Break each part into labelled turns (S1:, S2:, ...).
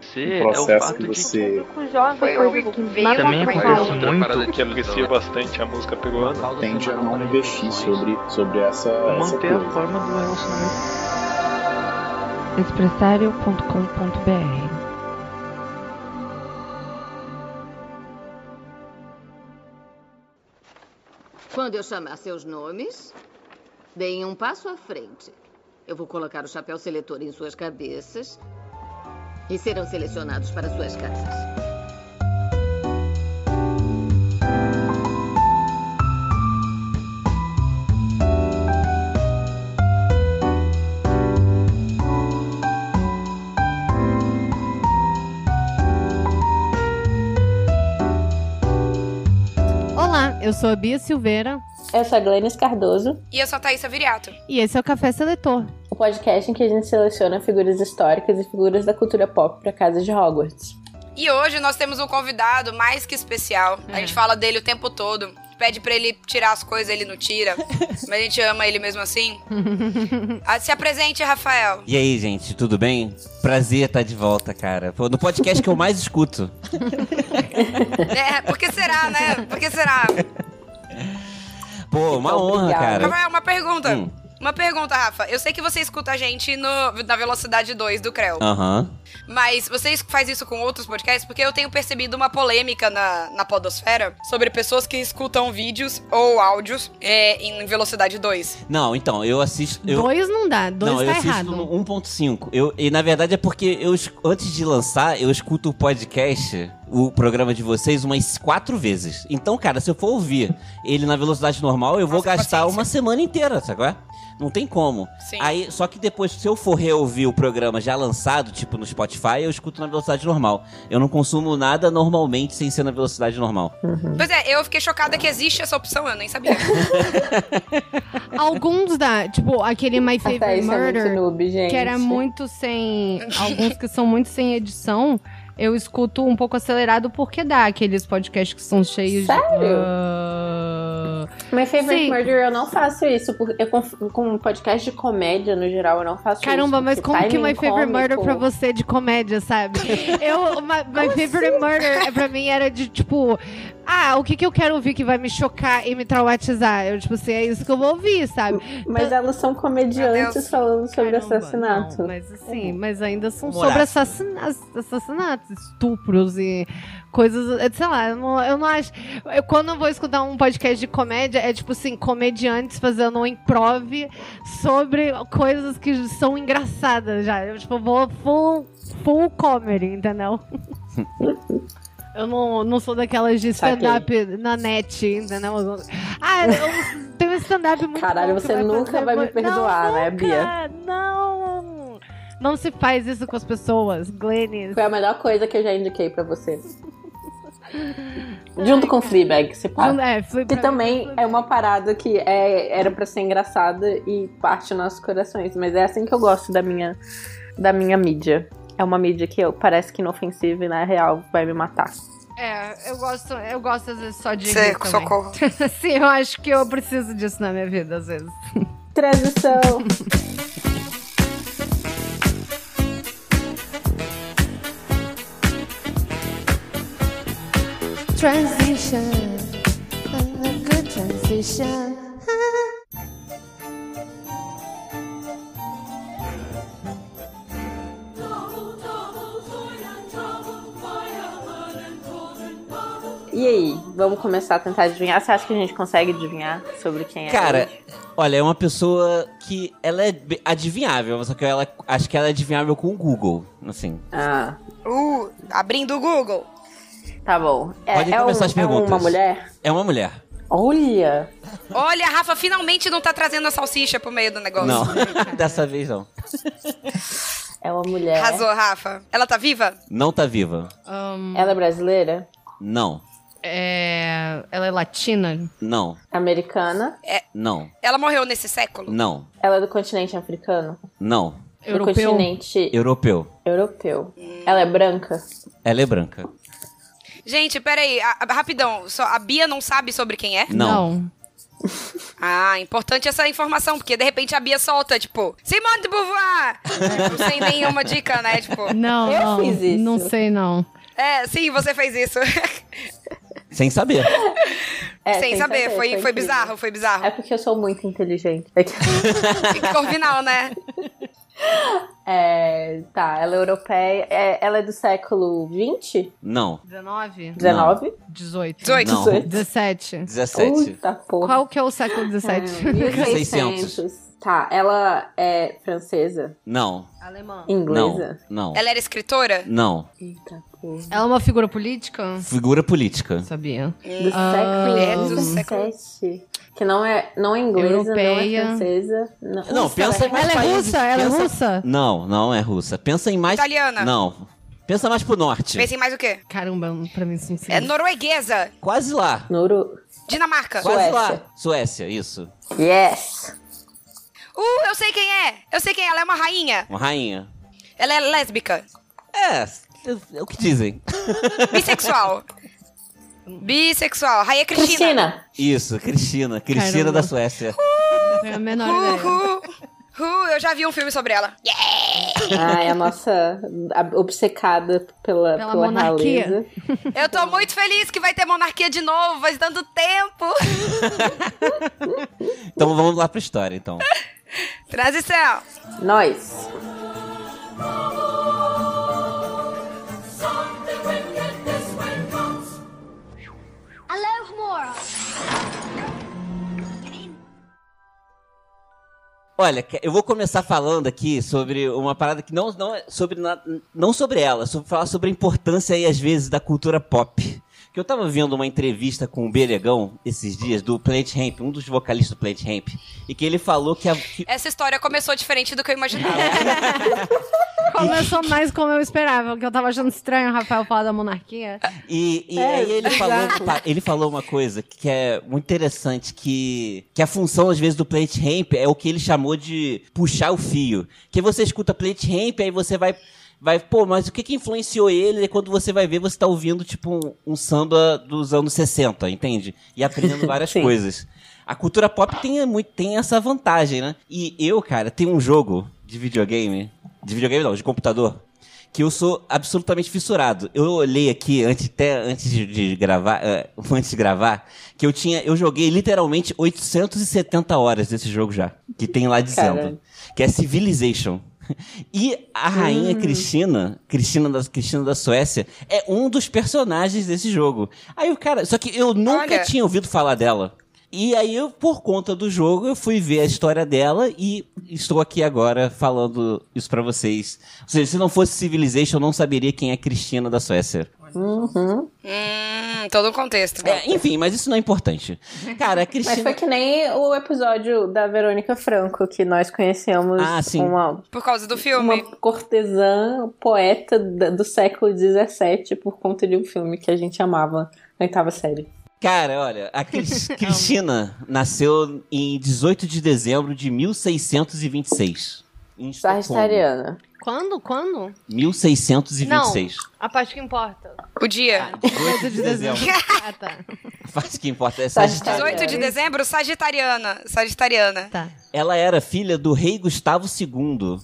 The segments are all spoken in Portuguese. S1: Você
S2: O
S1: é o
S2: Um processo
S1: fato
S2: que
S1: de
S2: você
S3: Foi algo que veio
S1: Também
S3: atrás.
S1: aconteceu
S4: Outra
S1: muito
S4: parada que
S1: que
S4: aprecia bastante a música peruana.
S2: é tende a não investir sobre, sobre essa, essa
S1: é manter a
S2: coisa.
S1: forma do relacionamento.
S4: Expressario.com.br
S5: Quando eu chamar seus nomes, deem um passo à frente. Eu vou colocar o chapéu seletor em suas cabeças e serão selecionados para suas casas.
S6: Olá, eu sou a Bia Silveira
S7: Eu sou a Glênis Cardoso,
S8: E eu sou a Thaisa Viriato.
S6: e esse é o Café Seletor.
S7: o podcast em que a gente seleciona figuras históricas e figuras da cultura pop para casa de Hogwarts.
S8: E hoje nós temos um convidado mais que especial. A gente fala dele o tempo todo. Pede pra ele tirar as coisas, ele não tira. Mas a gente ama ele mesmo assim. Ah, Se apresente, Rafael.
S9: E aí, gente, tudo bem? Prazer estar de volta, cara. Pô, no podcast que eu mais escuto.
S8: É, por que será, né? Por que será?
S9: Pô, uma
S7: Então,
S9: honra,
S7: obrigada.
S9: cara.
S8: Rafael, uma pergunta.
S9: Hum.
S8: Uma pergunta, Rafa. Eu sei que você escuta a gente no, na velocidade 2 do Creu.
S9: Aham.
S8: Mas você es- faz isso com outros podcasts? Porque eu tenho percebido uma polêmica na, na podosfera sobre pessoas que escutam vídeos ou áudios é, em velocidade 2.
S9: Não, então, eu assisto. Eu...
S6: Dois não dá, dois
S9: não, eu
S6: tá
S9: assisto
S6: errado.
S9: no 1.5. Eu- E na verdade é porque eu, es- antes de lançar, eu escuto o podcast, o programa de vocês, umas quatro vezes. Então, cara, se eu for ouvir ele na velocidade normal, eu vou
S8: Nossa,
S9: gastar
S8: paciência.
S9: uma semana inteira, sabe? qual é? Não tem como.
S8: Sim.
S9: Aí, só que depois, se eu for reouvir o programa já lançado, tipo no Spotify, eu escuto na velocidade normal. Eu não consumo nada normalmente sem ser na velocidade normal.
S8: Pois é, eu fiquei chocada que existe essa opção, eu nem sabia.
S6: Alguns dá, tipo aquele My
S7: A
S6: Favorite
S7: Thaís é muito
S6: Murder,
S7: noob, gente.
S6: que era muito sem. Alguns que são muito sem edição. Eu escuto um pouco acelerado porque dá aqueles podcasts que são cheios de.
S7: Sério?
S6: Ah,
S7: My Favorite
S6: Sim.
S7: Murder, eu não faço isso. porque Eu, com, com podcast de comédia, no geral, eu não faço
S6: Caramba,
S7: isso.
S6: mas
S7: porque
S6: como que
S7: timing
S6: My Favorite Murder
S7: cômico-
S6: pra você é de comédia, sabe? Eu, ma- My
S9: assim?
S6: Favorite Murder é, pra mim era de tipo, ah, o que que eu quero ouvir que vai me chocar e me traumatizar? Eu, tipo assim, é isso que eu vou ouvir, sabe?
S7: Mas elas são
S8: Meu Deus.
S7: comediantes falando sobre
S6: Caramba,
S7: assassinato.
S6: não, mas assim, mas ainda são
S9: Humoraço.
S6: sobre assassina assassinatos, estupros e coisas, eh, sei lá, eu não, eu não acho. Eu, quando eu vou escutar um podcast de comédia, é tipo assim, comediantes fazendo um improv sobre coisas que são engraçadas já. Eu tipo, vou full, full comedy, entendeu? Eu não, não sou daquelas de stand-up na net, entendeu? Ah, eu tenho um stand-up muito
S7: Caralho,
S6: bom que
S7: você nunca
S6: fazer
S7: vai me
S6: mu-
S7: perdoar,
S6: não,
S7: né,
S6: nunca,
S7: Bia?
S6: Não! Não se faz isso com as pessoas, Glennis.
S7: Foi a melhor coisa que eu já indiquei pra você. Junto com Fleabag, se pá.
S6: Não- é, foi
S7: Que
S6: pra-
S7: também é uma parada que é- era pra ser engraçada e parte nossos corações, mas é assim que eu gosto da minha da minha mídia. É uma mídia que eu, parece que inofensiva e na real vai me matar.
S6: É, eu gosto, eu gosto às vezes só de rir
S8: Seco,
S6: também.
S8: socorro.
S6: Sim, eu acho que eu preciso disso na minha vida, às vezes.
S7: Transição.
S3: Transition. A good transition.
S7: E aí, vamos começar a tentar adivinhar. Você acha que a gente consegue adivinhar sobre quem é?
S9: Cara,
S7: hoje?
S9: olha, é uma pessoa que ela é be- adivinhável, só que ela acho que ela é adivinhável com o Google, assim.
S7: Ah,
S8: Uh, abrindo o Google.
S7: tá bom. É,
S9: Podem
S7: é
S9: começar
S7: um-
S9: as perguntas.
S7: É uma mulher?
S9: É uma mulher.
S7: Olha!
S8: Olha, a Rafa finalmente não tá trazendo a salsicha pro meio do negócio.
S9: Não, dessa vez não.
S7: É uma mulher.
S8: Arrasou, Rafa. Ela tá viva?
S9: Não tá viva.
S7: Ela é brasileira?
S9: Não.
S6: É... Ela é latina?
S9: Não.
S7: Americana?
S9: Não.
S8: Ela morreu nesse século?
S9: Não.
S7: Ela é do continente africano?
S9: Não.
S7: Do continente
S9: Europeu.
S7: europeu. Ela é branca?
S9: Ela é branca.
S8: Gente, peraí, a- a- rapidão. Só, a Bia não sabe sobre quem é?
S9: Não.
S8: Ah, importante essa informação, porque de repente a Bia solta, tipo, Simone de Beauvoir! não sei nenhuma dica, né? Tipo,
S6: Não, não. Não sei, não.
S8: É, sim, você fez isso.
S9: Sem saber.
S7: É,
S8: sem, saber, foi, foi,
S7: incrível.
S8: bizarro, foi bizarro.
S7: É porque eu sou muito inteligente. É que-
S8: Corvinal, né?
S7: É, tá, ela é europeia. É, ela é do século 20?
S9: Não.
S6: 19?
S7: 19?
S6: 18.
S9: 18. Não.
S6: 17.
S9: 17.
S7: Puta porra.
S6: Qual que é o século 17?
S7: É, 1600. Tá, ela é francesa?
S9: Não.
S6: Alemã.
S7: Inglesa?
S9: Não.
S8: Ela era escritora?
S9: Não.
S6: Ela é uma figura política?
S9: Figura política.
S6: Sabia.
S7: Do
S8: Ah,
S7: século
S6: do século-
S7: 17. Que não é, não é inglesa,
S6: Europeia.
S7: não é francesa. Não,
S9: Não,
S7: Russa,
S9: pensa em
S7: né?
S9: mais
S6: Ela é
S9: países.
S6: russa? Ela é
S9: Pensa-
S6: russa?
S9: Não, não é russa. Pensa em mais.
S8: Italiana.
S9: Não. Pensa mais pro norte.
S8: Pensei mais o quê?
S6: Caramba, pra mim sim. sim.
S8: É norueguesa.
S9: Quase lá.
S7: Noru...
S8: Dinamarca.
S9: Quase lá. Suécia, isso.
S7: Yes!
S8: Uh, eu sei quem é. Eu sei quem é. Ela é uma rainha.
S9: Uma rainha.
S8: Ela é lésbica.
S9: É, é o que dizem.
S8: Bissexual. Bissexual. Rainha Cristina.
S7: Cristina!
S9: Isso, Cristina. Cristina
S6: Caramba.
S9: da Suécia.
S6: É a menor ideia.
S8: Uhul. Uhul, eu já vi um filme sobre ela.
S7: Ah, é a nossa a- obcecada pela,
S6: Pela
S7: pela,
S6: monarquia.
S7: realeza.
S8: Eu tô muito feliz que vai ter monarquia de novo, faz tanto tempo.
S9: Então vamos lá pra história, então.
S8: Transição.
S7: Nós.
S3: Hello, Mora.
S9: Olha, que- eu vou começar falando aqui sobre uma parada que não, não é sobre na- não sobre ela, é sobre falar sobre a importância aí às vezes da cultura pop. Que eu tava vendo uma entrevista com o Belegão esses dias do Plant Ramp, um dos vocalistas do Plant Ramp, e que ele falou que a que-
S8: Essa história começou diferente do que eu imaginava.
S6: Começou mais como eu esperava, que eu tava achando estranho o Rafael falar da monarquia.
S9: E, e
S7: É,
S9: aí ele falou,
S7: exato.
S9: pa- ele falou uma coisa que é muito interessante, que, que a função, às vezes, do plate ramp é o que ele chamou de puxar o fio. Que você escuta plate ramp, aí você vai... Vai, pô, mas o que que influenciou ele? E quando você vai ver, você tá ouvindo, tipo, um, um samba dos anos 60, entende? E aprendendo várias
S7: Sim.
S9: coisas. A cultura pop tem, é muito, tem essa vantagem, né? E eu, cara, tenho um jogo de videogame... De videogame não, de computador que eu sou absolutamente fissurado. Eu olhei aqui antes até antes de, de gravar, eh, antes de gravar, que eu tinha, eu joguei literalmente 870 horas desse jogo já, que tem lá dizendo,
S7: Caralho.
S9: que é Civilization. E a rainha Cristina, Cristina da, Cristina da Suécia, é um dos personagens desse jogo. Aí o cara, só que eu nunca
S8: Olha.
S9: tinha ouvido falar dela. E aí, eu, por conta do jogo, eu fui ver a história dela e estou aqui agora falando isso pra vocês. Ou seja, se não fosse Civilization, eu não saberia quem é Cristina da Suécia.
S7: Uhum.
S8: Hum, todo um contexto.
S9: É, enfim, mas isso não é importante. Cara, a
S7: Mas foi
S9: Cristina.
S7: que nem o episódio da Verônica Franco, que nós conhecemos
S9: Ah, sim.
S7: uma,
S8: Por causa do filme.
S7: uma cortesã poeta da- do século XVII por conta de um filme que a gente amava na oitava série.
S9: Cara, olha, a Cris- Cristina nasceu em 18 de dezembro de 1626. Em Estocolmo.
S7: Sagitariana.
S6: Quando? Quando?
S9: 1626.
S6: A parte que importa.
S8: O dia.
S9: 18 de dezembro.
S6: Ah, tá.
S9: A parte que importa é Sagitário.
S7: Sagitário.
S8: 18 de dezembro, Sagitariana. Sagitariana.
S6: Tá.
S9: Ela era filha do rei Gustavo II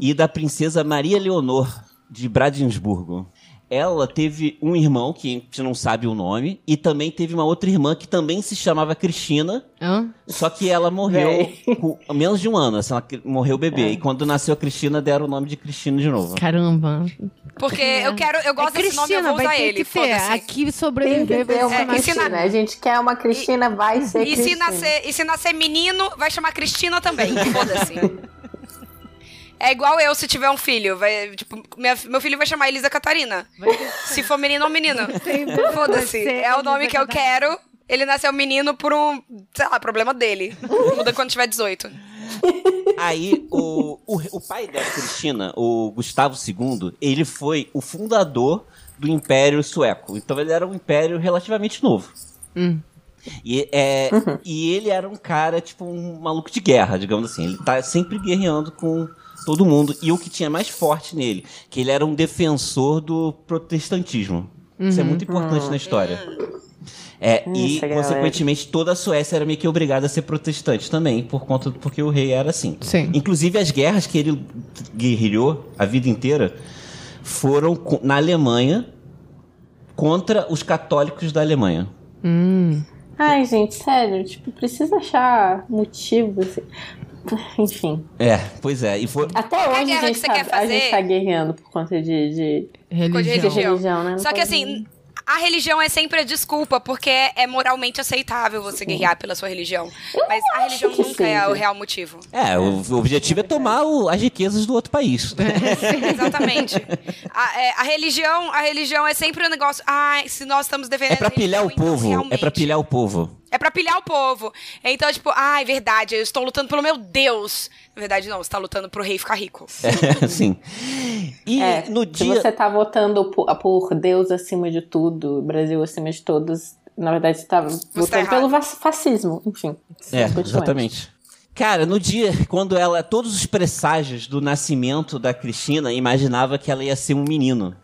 S9: e da princesa Maria Leonor de Bradinsburgo. Ela teve um irmão que a gente não sabe o nome e também teve uma outra irmã que também se chamava Cristina,
S6: Hã?
S9: só que ela morreu com menos de um ano, assim, ela cri- morreu bebê. E quando nasceu a Cristina, deram o nome de Cristina de novo.
S6: Caramba.
S8: Porque eu quero, eu gosto
S6: é
S8: desse nome, eu
S6: Cristina,
S8: vou
S6: vai
S8: usar
S6: ter
S8: ele.
S6: que ter.
S8: Foda-se.
S6: Aqui
S7: Tem que
S6: sobreviver vai
S7: ter
S6: ser
S7: uma
S8: É, e se
S7: Cristina.
S8: na-
S7: A gente quer uma Cristina, vai ser
S8: E se,
S7: Cristina.
S8: nascer, e se nascer menino, vai chamar Cristina também. Foda-se. É igual eu se tiver um filho. Vai, tipo, minha- meu filho vai chamar Elisa Catarina. Se for menino ou menino. Foda-se.
S6: Vai ser
S8: É o nome
S6: Elisa
S8: que eu
S6: Catarina.
S8: quero. Ele nasceu menino por um, sei lá, problema dele. Muda quando tiver 18.
S9: Aí, o, o, o pai da Cristina, o Gustavo II, ele foi o fundador do Império Sueco. Então, ele era um império relativamente novo.
S6: Hum.
S9: E, é,
S6: Uhum.
S9: e ele era um cara, tipo, um maluco de guerra, digamos assim. Ele tá sempre guerreando com todo mundo. E o que tinha mais forte nele, que ele era um defensor do protestantismo. Isso é
S10: Uhum.
S9: muito importante
S10: Hum.
S9: na história. É, e,
S10: Isso, galera.
S9: consequentemente, toda a Suécia era meio que obrigada a ser protestante também, por conta porque o rei era assim.
S6: Sim.
S9: Inclusive, as guerras que ele guerrilhou a vida inteira foram co- na Alemanha contra os católicos da Alemanha.
S6: Hum.
S7: Ai, gente, sério, tipo, precisa achar motivo. assim. Enfim.
S9: É, pois é. E foi,
S7: Até
S8: Qual é a
S7: hoje a
S8: guerra que
S7: gente,
S8: você
S7: tá,
S8: quer
S7: a
S8: fazer?
S7: gente tá guerreando por conta de, de...
S8: Coisa de religião.
S7: religião, né? Não
S8: Só que
S7: pode-
S8: assim, a religião é sempre a desculpa, porque é moralmente aceitável você guerrear pela sua religião. Mas a religião
S9: que
S8: nunca é
S9: seja.
S8: o real motivo.
S9: É, o o objetivo é tomar o- as riquezas do outro país.
S7: É,
S8: Exatamente. A, é, a religião, a religião é sempre um negócio. Ah, se nós estamos defendendo. então,
S9: É pra pilhar o povo. É pra pilhar o povo.
S8: É pra pilhar o povo. Então, tipo, ah, é verdade, eu estou lutando pelo meu Deus. Na verdade, não, você tá lutando pro rei ficar rico.
S9: É, sim. E
S7: É,
S9: no
S7: se
S9: dia-
S7: você tá votando por, por Deus acima de tudo, Brasil acima de todos, na verdade você tá votando pelo vas- fascismo, enfim.
S9: É,
S7: Continuemos.
S9: exatamente. Cara, no dia quando ela. Todos os presságios do nascimento da Cristina imaginava que ela ia ser um menino.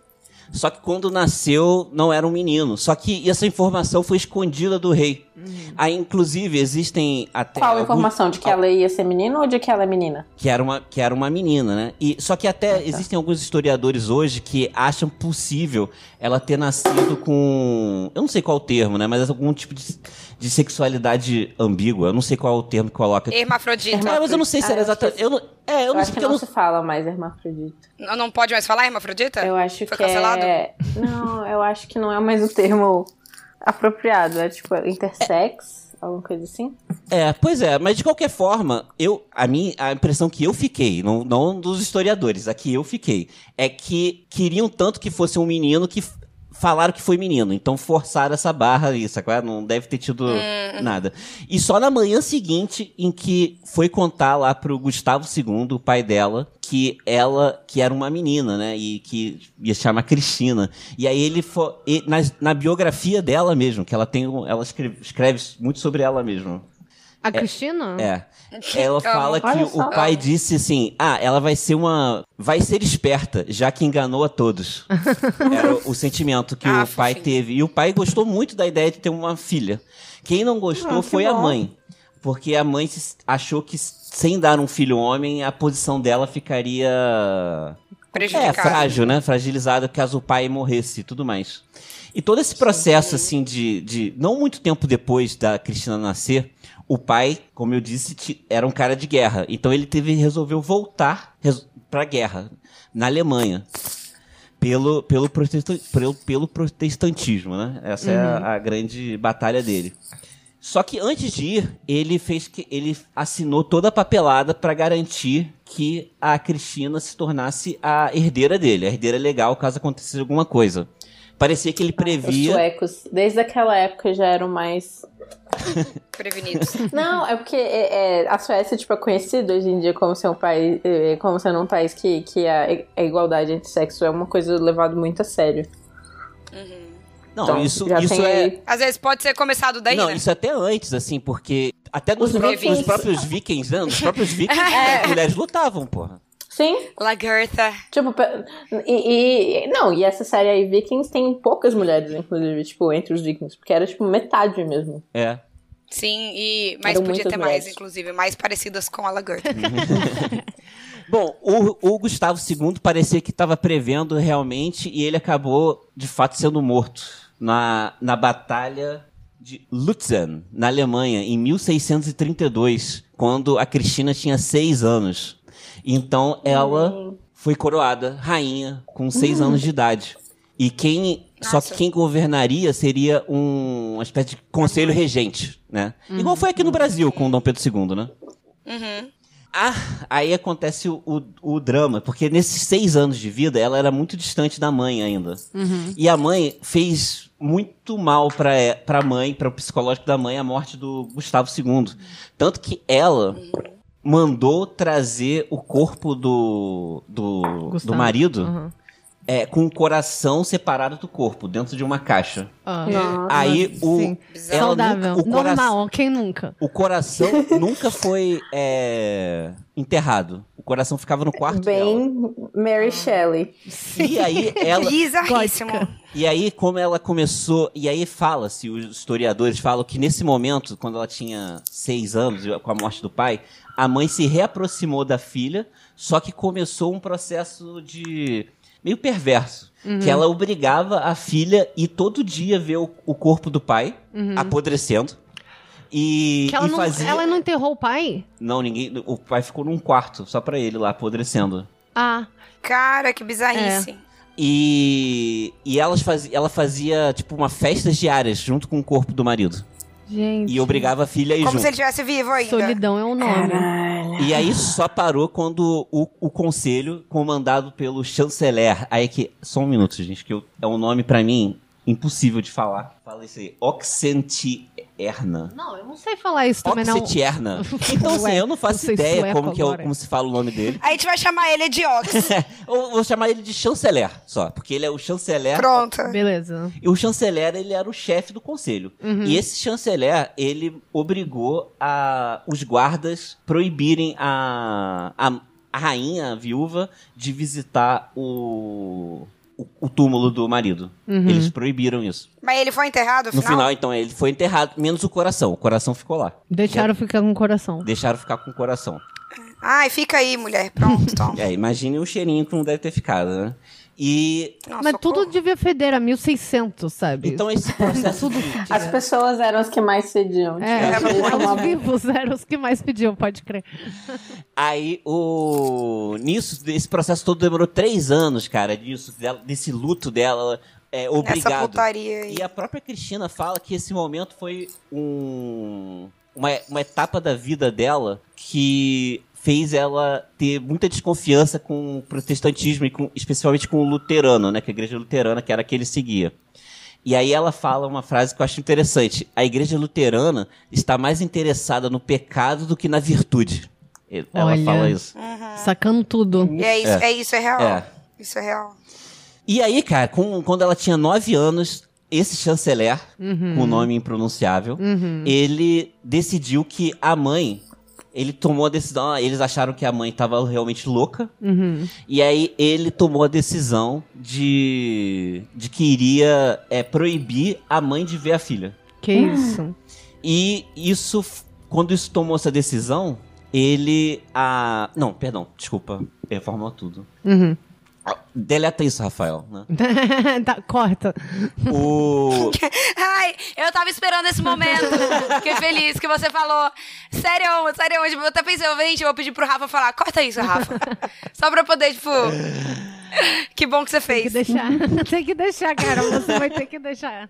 S9: Só que quando nasceu, não era um menino. Só que essa informação foi escondida do rei. Aí, inclusive, existem até.
S7: Uhum. Qual a
S9: alguns-
S7: informação? De que ela ia ser menina ou de que ela é menina?
S9: que era uma, que era uma menina, né? E, só que
S7: Ah,
S9: até
S7: tá.
S9: existem alguns historiadores hoje que acham possível ela ter nascido com. Eu não sei qual o termo, né? Mas algum tipo de, de sexualidade ambígua. Eu não sei qual é o termo que coloca.
S8: Hermafrodita.
S9: É, mas eu não sei se era exatamente. Eu não, é, eu, não sei
S7: acho que
S9: porque eu
S7: não
S9: não.
S7: se fala mais hermafrodita.
S8: Não, não pode mais falar hermafrodita? Eu
S7: acho Foi
S8: Tá. Foi
S7: que
S8: cancelado?
S7: é- Não, eu acho que não é mais o termo apropriado. É tipo intersex, alguma coisa assim.
S9: É, pois é, mas de qualquer forma, eu, a, mim, a impressão que eu fiquei, não, não dos historiadores, a que eu fiquei, é que queriam tanto que fosse um menino que f- falaram que foi menino. Então forçaram essa barra aí, sacou? é? Não deve ter tido
S10: Hum.
S9: nada. E só na manhã seguinte, em que foi contar lá pro Gustavo II, o pai dela, que ela, que era uma menina, né? E que ia se chamar Cristina. E aí ele foi, na, na biografia dela mesmo, que ela tem, um- ela escreve, escreve muito sobre ela mesmo.
S6: A
S9: É,
S6: Cristina?
S9: É.
S8: Então,
S9: Ela fala que
S6: Olha
S9: o
S6: só.
S9: pai disse assim: Ah, ela vai ser uma. Vai ser esperta, já que enganou a todos. Era o sentimento que
S10: Ah,
S9: o pai teve. E o pai gostou muito da ideia de ter uma filha. Quem não gostou
S10: Ah, que
S9: foi a
S10: bom.
S9: mãe. Porque a mãe se- achou que sem dar um filho homem, a posição dela ficaria. É,
S8: Prejudicada.
S9: frágil, né? Fragilizada caso o pai morresse e tudo mais. E todo esse processo, assim, de, de. Não muito tempo depois da Cristina nascer, o pai, como eu disse, ti- era um cara de guerra. Então ele teve resolveu voltar res, pra guerra na Alemanha. Pelo, pelo, protesta- pelo, pelo protestantismo, né? Essa é
S10: Uhum.
S9: a, a grande batalha dele. Só que antes de ir, ele fez que ele assinou toda a papelada para garantir que a Cristina se tornasse a herdeira dele, a herdeira legal caso acontecesse alguma coisa. Parecia que ele
S7: Os
S9: previa.
S7: suecos, desde aquela época já eram mais
S8: Prevenidos.
S7: Não, é porque é, é, a Suécia tipo, é conhecida hoje em dia como ser um país, é, como sendo um país que, que a, a igualdade entre sexo é uma coisa levada muito a sério.
S9: Não,
S7: Então,
S9: isso,
S7: já
S9: isso
S7: tem
S9: é.
S7: aí.
S8: Às vezes pode ser começado daí,
S9: Não,
S8: né?
S9: isso até antes, assim, porque. Até nos,
S8: Os
S9: pró- nos
S8: vikings.
S9: próprios vikings, né? Nos próprios vikings,
S8: É.
S9: as mulheres lutavam, porra.
S7: Sim.
S8: Lagertha.
S7: Tipo, pe- e, e- não, e essa série aí, Vikings, tem poucas mulheres, inclusive, tipo, entre os Vikings, porque era tipo metade mesmo.
S9: É.
S8: Sim, e mas
S7: Eram
S8: podia
S7: muitas
S8: ter mais,
S7: mulheres.
S8: inclusive, mais parecidas com a Lagertha.
S9: Bom, o, o Gustavo II parecia que estava prevendo realmente e ele acabou, de fato, sendo morto na, na Batalha de Lutzen, na Alemanha, em 1632, quando a Cristina tinha seis anos. Então ela foi coroada rainha com seis
S10: Hum.
S9: anos de idade. E quem. Só que quem governaria seria um, uma espécie de conselho regente, né? Igual foi aqui no Brasil com Dom Pedro II, né?
S8: Uhum.
S9: Ah, aí acontece o, o, o drama, porque nesses seis anos de vida ela era muito distante da mãe ainda.
S10: Uhum.
S9: E a mãe fez muito mal pra, e- pra mãe, para o psicológico da mãe, a morte do Gustavo II. Tanto que ela mandou trazer o corpo do, do, do marido
S6: Uhum.
S9: é, com o coração separado do corpo, dentro de uma caixa.
S6: Ah.
S9: Aí o,
S6: Sim.
S9: ela
S6: Saudável.
S9: nunca- o, cora-
S6: Normal, quem nunca?
S9: o coração nunca foi é, enterrado. O coração ficava no quarto
S7: Bem Mary
S6: Ah.
S7: Shelley.
S9: E aí ela-
S8: Bizarríssimo.
S9: E aí, como ela começou. E aí fala-se, os historiadores falam que nesse momento, quando ela tinha seis anos, com a morte do pai, a mãe se reaproximou da filha, só que começou um processo de. meio perverso.
S6: Uhum.
S9: Que ela obrigava a filha e todo dia ver o, o corpo do pai
S6: Uhum.
S9: apodrecendo. E,
S6: Que ela,
S9: e
S6: não,
S9: fazia.
S6: ela não enterrou o pai?
S9: Não, ninguém. O pai ficou num quarto, só pra ele lá, apodrecendo.
S6: Ah.
S8: Cara, que bizarrice.
S9: E, e elas faz, ela fazia, tipo, uma festas diárias junto com o corpo do marido.
S6: Gente.
S9: E obrigava a filha a ir
S8: Como se ele
S9: junto.
S8: estivesse vivo ainda.
S6: Solidão é o nome.
S9: E aí só parou quando o, o conselho, comandado pelo chanceler. Aí que. Só um minuto, gente, que eu- é um nome pra mim impossível de falar. Fala isso aí. Oxentierna.
S6: Não, eu não sei falar isso também, não.
S9: Oxentierna. Então, assim,
S6: Ué,
S9: eu não faço
S6: sei
S9: ideia
S6: sueco
S9: como, que é, o-
S6: agora.
S9: como se fala o nome dele.
S8: A gente vai chamar ele de Ox.
S9: Ou vou chamar ele de chanceler só, porque ele é o chanceler.
S8: Pronto.
S6: Beleza.
S9: E o chanceler, ele era o chefe do conselho.
S6: Uhum.
S9: E esse chanceler, ele obrigou a, os guardas proibirem a, a, a rainha, a viúva, de visitar o, o, o túmulo do marido.
S8: Uhum.
S9: Eles proibiram isso.
S8: Mas ele foi enterrado
S9: No final, então, ele foi enterrado, menos o coração. O coração ficou lá.
S6: Deixaram ficar com o coração.
S9: Deixaram ficar com o coração.
S8: Ai, fica aí, mulher. Pronto, toma.
S9: É, imagine o cheirinho que não deve ter ficado, né? E
S6: Mas tudo devia feder a 1600, sabe?
S9: Então esse processo
S6: Tá tudo fedia.
S7: As pessoas eram as que mais cediam.
S6: É,
S7: tipo, isso é uma-
S9: então,
S6: os vivos eram os que mais pediam, pode crer.
S9: Aí, o... nisso, esse processo todo demorou três anos, cara, disso, dela- desse luto dela. É,
S8: Nessa
S9: obrigado.
S8: putaria aí.
S9: E a própria Cristina fala que esse momento foi um... uma, uma etapa da vida dela que fez ela ter muita desconfiança com o protestantismo, e com, especialmente com o luterano, né? Que a igreja luterana, que era a que ele seguia. E aí ela fala uma frase que eu acho interessante. A igreja luterana está mais interessada no pecado do que na virtude. Ele- Ela
S6: Olha.
S9: fala isso.
S6: Sacando tudo.
S8: E é isso, é, isso, é real.
S9: É.
S8: Isso é real.
S9: E aí, cara, com- quando ela tinha nove anos, esse chanceler,
S8: Uhum.
S9: com o nome impronunciável,
S8: Uhum.
S9: ele decidiu que a mãe. Ele tomou a decisão. "Ah, Eles acharam que a mãe estava realmente louca.
S6: Uhum.
S9: E aí ele tomou a decisão de, de que iria é, proibir a mãe de ver a filha.
S6: Que isso?
S9: E isso, f- quando isso tomou essa decisão, ele a não, perdão, desculpa, reformou tudo.
S6: Uhum.
S9: Deleta isso, Rafael. Né?
S6: tá, corta.
S9: O
S8: Ai, eu tava esperando esse momento. Fiquei feliz que você falou. Sério, sério. Tipo, eu até pensei, eu, gente, eu vou pedir pro Rafa falar, corta isso, Rafa. Só pra eu poder, tipo... Que bom que você fez.
S6: Tem que deixar. Tem que deixar, cara. Você vai ter que deixar.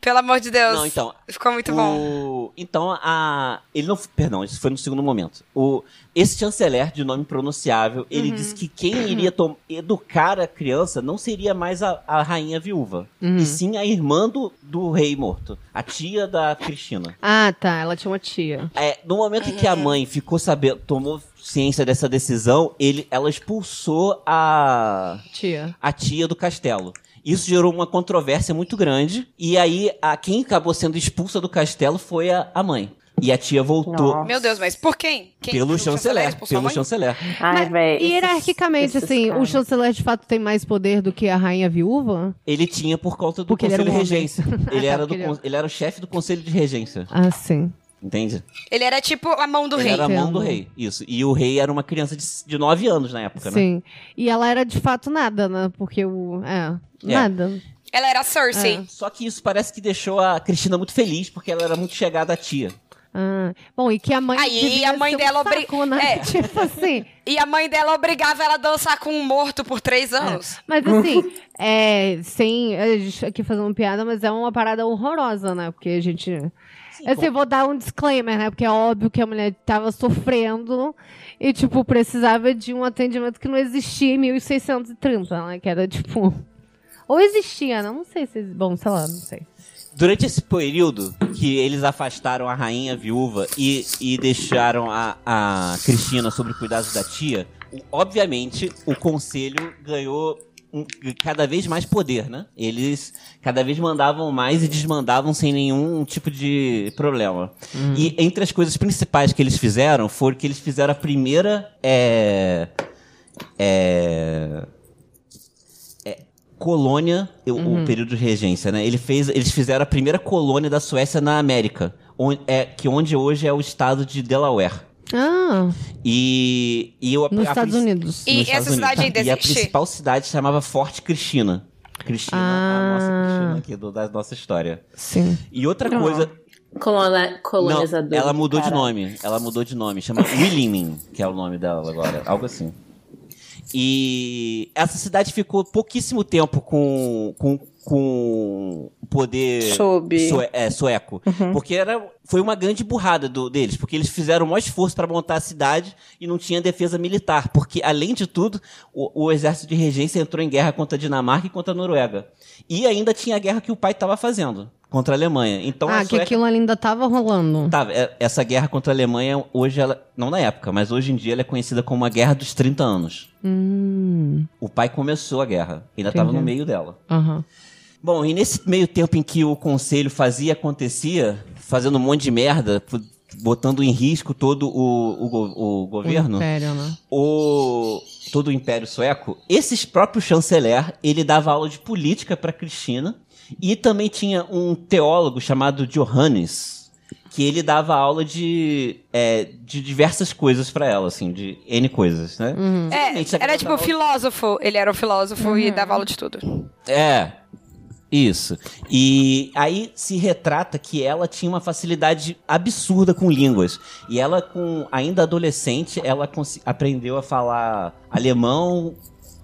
S8: Pelo amor de Deus.
S9: Não, então,
S8: Ficou muito
S9: o-
S8: bom.
S9: Então, a. Ele não. Perdão, isso foi no segundo momento. O, esse chanceler, de nome pronunciável,
S8: Uhum.
S9: ele disse que quem iria tom- educar a criança não seria mais a, a rainha viúva,
S6: Uhum.
S8: Uhum.
S9: e sim a irmã do, do rei morto, a tia da Cristina.
S6: Ah, tá. Ela tinha uma tia.
S9: É, no momento em que a mãe ficou sabendo, tomou ciência dessa decisão, ele, ela expulsou a
S6: Tia.
S9: a tia do castelo. Isso gerou uma controvérsia muito grande. E aí, a, quem acabou sendo expulsa do castelo foi a, a mãe. E a tia voltou
S8: Meu Deus, mas por quem? quem
S9: pelo
S8: O
S9: chanceler.
S8: expulsou a
S9: Pelo
S8: mãe?
S9: chanceler.
S7: Ai, velho.
S6: Hierarquicamente, assim, o chanceler de fato tem mais poder do que a rainha viúva?
S9: Ele tinha por conta do
S6: Porque ele era
S9: conselho
S6: um
S9: de
S6: homem.
S9: regência. Ele
S6: Ah,
S9: era, do,
S6: porque ele
S9: con-
S6: era-
S9: ele era o chefe do conselho de regência.
S6: Ah, sim.
S9: Entende?
S8: Ele era tipo a mão do
S9: ele
S8: rei.
S9: era a mão do
S6: Entendo.
S9: rei. Isso. E o rei era uma criança de, de 9 anos na época, né?
S6: Sim. E ela era de fato nada, né? Porque o. É.
S9: É.
S6: Nada.
S8: Ela era a Cersei.
S6: Ah.
S9: Só que isso parece que deixou a Cristina muito feliz, porque ela era muito chegada à tia.
S6: Ah, bom, e que a mãe.
S8: Aí,
S6: devia
S8: a mãe
S6: ser um
S8: dela obri-
S6: saco, né?
S8: É.
S6: Tipo assim.
S8: E a mãe dela obrigava ela a dançar com um morto por três
S9: É,
S8: anos.
S6: Mas assim, é, sem. A gente aqui fazendo uma piada, mas é uma parada horrorosa, né? Porque a gente. assim, vou dar um disclaimer, né? Porque é óbvio que a mulher tava sofrendo e, tipo, precisava de um atendimento que não existia em 1630, né? Que era, tipo. Ou existia, né? Não sei se. Bom, sei lá, não sei.
S9: Durante esse período que eles afastaram a rainha viúva e, e deixaram a, a Cristina sobre cuidados da tia, o- obviamente o conselho ganhou um- cada vez mais poder, né? Eles cada vez mandavam mais e desmandavam sem nenhum tipo de problema. E entre as coisas principais que eles fizeram foi que eles fizeram a primeira. É, é, é, colônia, o-
S11: Uhum.
S9: o período de regência, né? Ele fez, eles fizeram a primeira colônia da Suécia na América, onde, é, que onde hoje é o estado de Delaware.
S6: Ah,
S9: E, e eu,
S6: Nos Estados
S9: princ-
S6: Unidos.
S8: E
S9: nos
S8: essa
S9: Estados Unidos.
S8: cidade ainda
S9: E a
S8: existe?
S9: principal cidade chamava Forte Cristina. Cristina, a
S6: Ah.
S9: nossa Cristina aqui do- da nossa história.
S6: Sim.
S9: E outra coisa.
S7: Colona,
S9: Não,
S7: colonizador.
S9: ela mudou
S7: caralho.
S9: de nome. Ela mudou de nome. Chama Willimin, que é o nome dela agora. Algo assim. E essa cidade ficou pouquíssimo tempo com com com o poder
S7: Sob.
S9: sue- é, sueco,
S7: Uhum.
S9: porque era foi uma grande burrada do- deles, porque eles fizeram o maior esforço para montar a cidade e não tinha defesa militar, porque além de tudo, o, o exército de regência entrou em guerra contra a Dinamarca e contra a Noruega. E ainda tinha a guerra que o pai estava fazendo contra a Alemanha. Então a
S6: ah que
S9: Suécia-
S6: aquilo ali ainda tava rolando.
S9: Tá, é- essa guerra contra a Alemanha, hoje ela. Não na época, mas hoje em dia ela é conhecida como a Guerra dos 30 Anos.
S6: Hum.
S9: O pai começou a guerra, ainda estava no
S6: Entendi.
S9: meio dela.
S6: Aham.
S9: Bom, e nesse meio tempo em que o conselho fazia e acontecia, fazendo um monte de merda, pu- botando em risco todo o, o, go- o governo,
S6: O império, né?
S9: o- todo o império sueco, esses próprios chanceler, ele dava aula de política para Cristina e também tinha um teólogo chamado Johannes, que ele dava aula de, é, de diversas coisas para ela, assim, de N coisas, né?
S6: Uhum.
S8: É, era tipo filósofo. Ele era um filósofo e dava aula de tudo.
S6: Então,
S9: É. Isso. E aí se retrata que ela tinha uma facilidade absurda com línguas. E ela, com ainda adolescente, ela consi- aprendeu a falar alemão,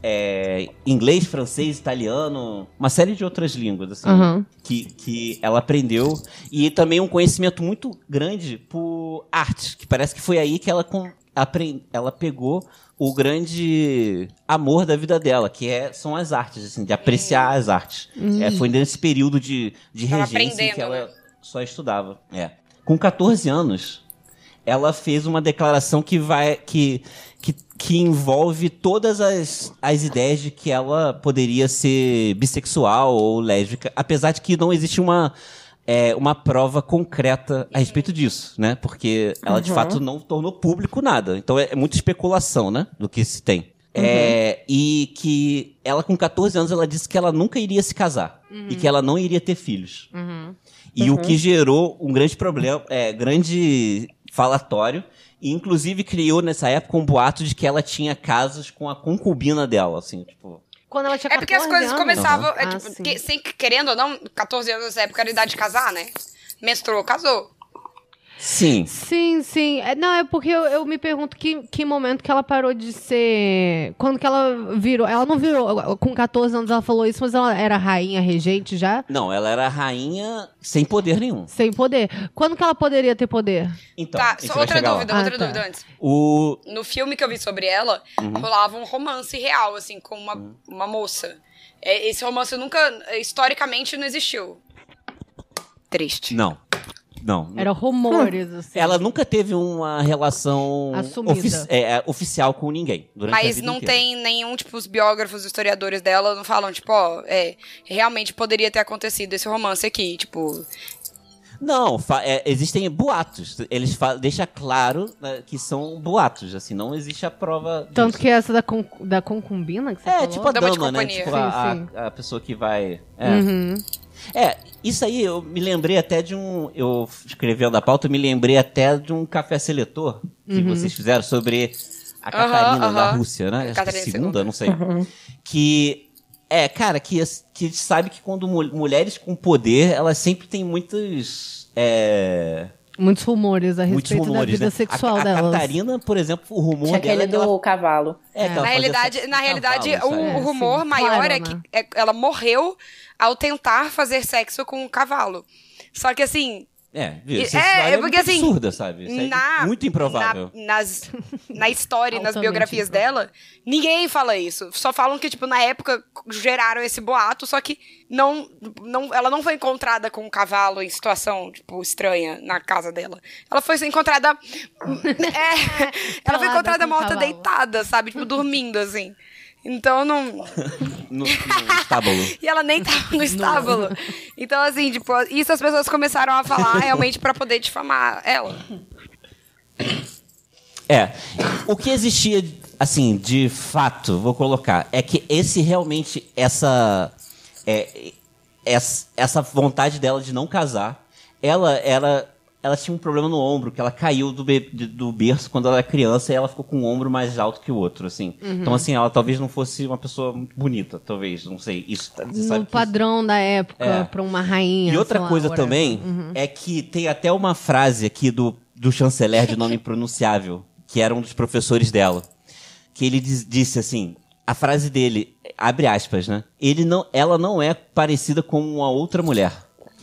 S9: é, inglês, francês, italiano, uma série de outras línguas, assim,
S6: Aham.
S9: que, que ela aprendeu. E também um conhecimento muito grande por arte, que parece que foi aí que ela, com, apren- ela pegou o grande amor da vida dela, que é, são as artes, assim, de apreciar as artes.
S11: Hum.
S9: É, foi nesse período de, de
S11: Tava
S9: regência em que
S11: aprendendo,
S9: ela
S11: né?
S9: só estudava. É. Com 14 anos, ela fez uma declaração que vai que que, que envolve todas as, as ideias de que ela poderia ser bissexual ou lésbica, apesar de que não existe uma é, uma prova concreta a respeito disso, né? Porque ela de
S11: Uhum.
S9: fato não tornou público nada. Então é, é muita especulação, né? Do que se tem. É, e que ela com 14 anos ela disse que ela nunca iria se casar e que ela não iria ter filhos.
S6: Uhum.
S9: E o
S8: Uhum.
S9: que gerou um grande problema, é, grande falatório. E inclusive criou nessa época um boato de que ela tinha casos com a concubina dela, assim, tipo.
S6: Quando ela tinha
S8: É porque as
S6: 14
S8: coisas
S6: anos.
S8: começavam. é,
S6: Ah,
S8: tipo,
S6: sim.
S8: que- sem, querendo ou não, 14 anos nessa época era a idade de casar, né? Menstruou, casou.
S9: Sim.
S6: Sim, sim. É, não, é porque eu, eu me pergunto que, que momento que ela parou de ser. Quando que ela virou. Ela não virou. Com 14 anos ela falou isso, mas ela era rainha regente já,
S9: Não, ela era rainha sem poder nenhum.
S6: sem poder. Quando que ela poderia ter poder?
S9: Então,
S8: tá,
S9: a gente
S8: só
S9: vai
S8: outra
S9: chegar lá.
S8: dúvida,
S6: Ah,
S8: outra
S6: tá.
S8: dúvida antes.
S9: O.
S8: No filme que eu vi sobre ela,
S9: Uhum.
S8: rolava um romance real, assim, com uma, uma moça. É, Esse romance nunca, é, historicamente, não existiu. Triste.
S9: Não. Não.
S6: Era rumores,
S8: Hum.
S6: assim.
S9: Ela nunca teve uma relação
S8: Assumida.
S9: ofici- é, é, oficial com ninguém. Durante a
S8: Mas
S9: vida
S8: não
S9: inteira.
S8: tem nenhum, tipo, os biógrafos, os historiadores dela não falam, tipo, ó, é, realmente poderia ter acontecido esse romance aqui, tipo.
S9: Não, fa- é, existem boatos. Eles fa- deixam claro né, que são boatos, assim, não existe a prova.
S6: Tanto que essa da, con- da concubina que você falou?
S9: É tipo a dama, né? Tipo a,
S6: Tá Sim, sim.
S9: a- a pessoa que vai. É.
S6: Uhum.
S9: É, isso aí eu me lembrei até de um. Eu escrevendo a pauta, eu me lembrei até de um café seletor que
S11: Uhum.
S9: vocês fizeram sobre a
S11: Aham,
S9: Catarina da
S11: aham.
S9: Rússia, né? Acho que
S11: Catarina
S9: segunda,
S11: segunda.
S9: não sei.
S11: Uhum.
S9: Que. É, cara, que, as- que sabe que quando mul- mulheres com poder, elas sempre têm muitos. É,
S6: Muitos rumores a
S9: muitos
S6: respeito
S9: rumores,
S6: da vida
S9: né?
S6: sexual
S9: a, a
S6: delas.
S9: Catarina, por exemplo, o rumor
S6: Tinha aquele
S9: dela é que ela-
S7: O cavalo.
S9: é, que ela
S8: na
S9: fazia
S8: realidade,
S9: sexo Ah, tá,
S8: na
S9: com
S8: realidade
S9: cavalo,
S8: o,
S9: sabe?
S8: o rumor
S6: sim,
S8: maior
S6: claro, né?
S8: é que é- ela morreu ao tentar fazer sexo com um cavalo. Só que assim,
S9: É, viu?
S8: E-
S9: Essa história é,
S8: porque,
S9: muito absurda, sabe? Isso é
S8: na-
S9: muito improvável.
S8: Na, nas, na história e nas
S9: Altamente
S8: biografias dela, ninguém fala isso. Só falam que, tipo, na época geraram esse boato, só que não, não, ela não foi encontrada com um cavalo em situação, tipo, estranha na casa dela. Ela foi encontrada. é, ela foi
S11: Pelada
S8: encontrada
S11: com um
S8: morta
S11: cavalo.
S8: deitada, sabe? Tipo, dormindo, assim. Então não.
S9: No, no estábulo.
S8: E ela nem tava no estábulo. Então, assim, tipo, isso as pessoas começaram a falar realmente pra poder difamar ela.
S9: É. O que existia, assim, de fato, vou colocar, é que esse realmente, essa. é, essa, essa vontade dela de não casar, ela era. Ela tinha um problema no ombro, que ela caiu do, be- de- do berço quando ela era criança e ela ficou com um ombro mais alto que o outro, assim.
S6: Uhum.
S9: Então, assim, ela talvez não fosse uma pessoa muito bonita, talvez, não sei. Isso, tá- você sabe
S6: No
S9: que
S6: padrão da época,
S9: É.
S6: pra uma rainha.
S9: e outra
S6: sei lá,
S9: coisa
S6: whatever.
S9: também
S6: Uhum.
S9: é que tem até uma frase aqui do, do chanceler de nome impronunciável, que era um dos professores dela, que ele diz- disse assim, a frase dele, abre aspas, né? Ele não, ela não é parecida com uma outra mulher.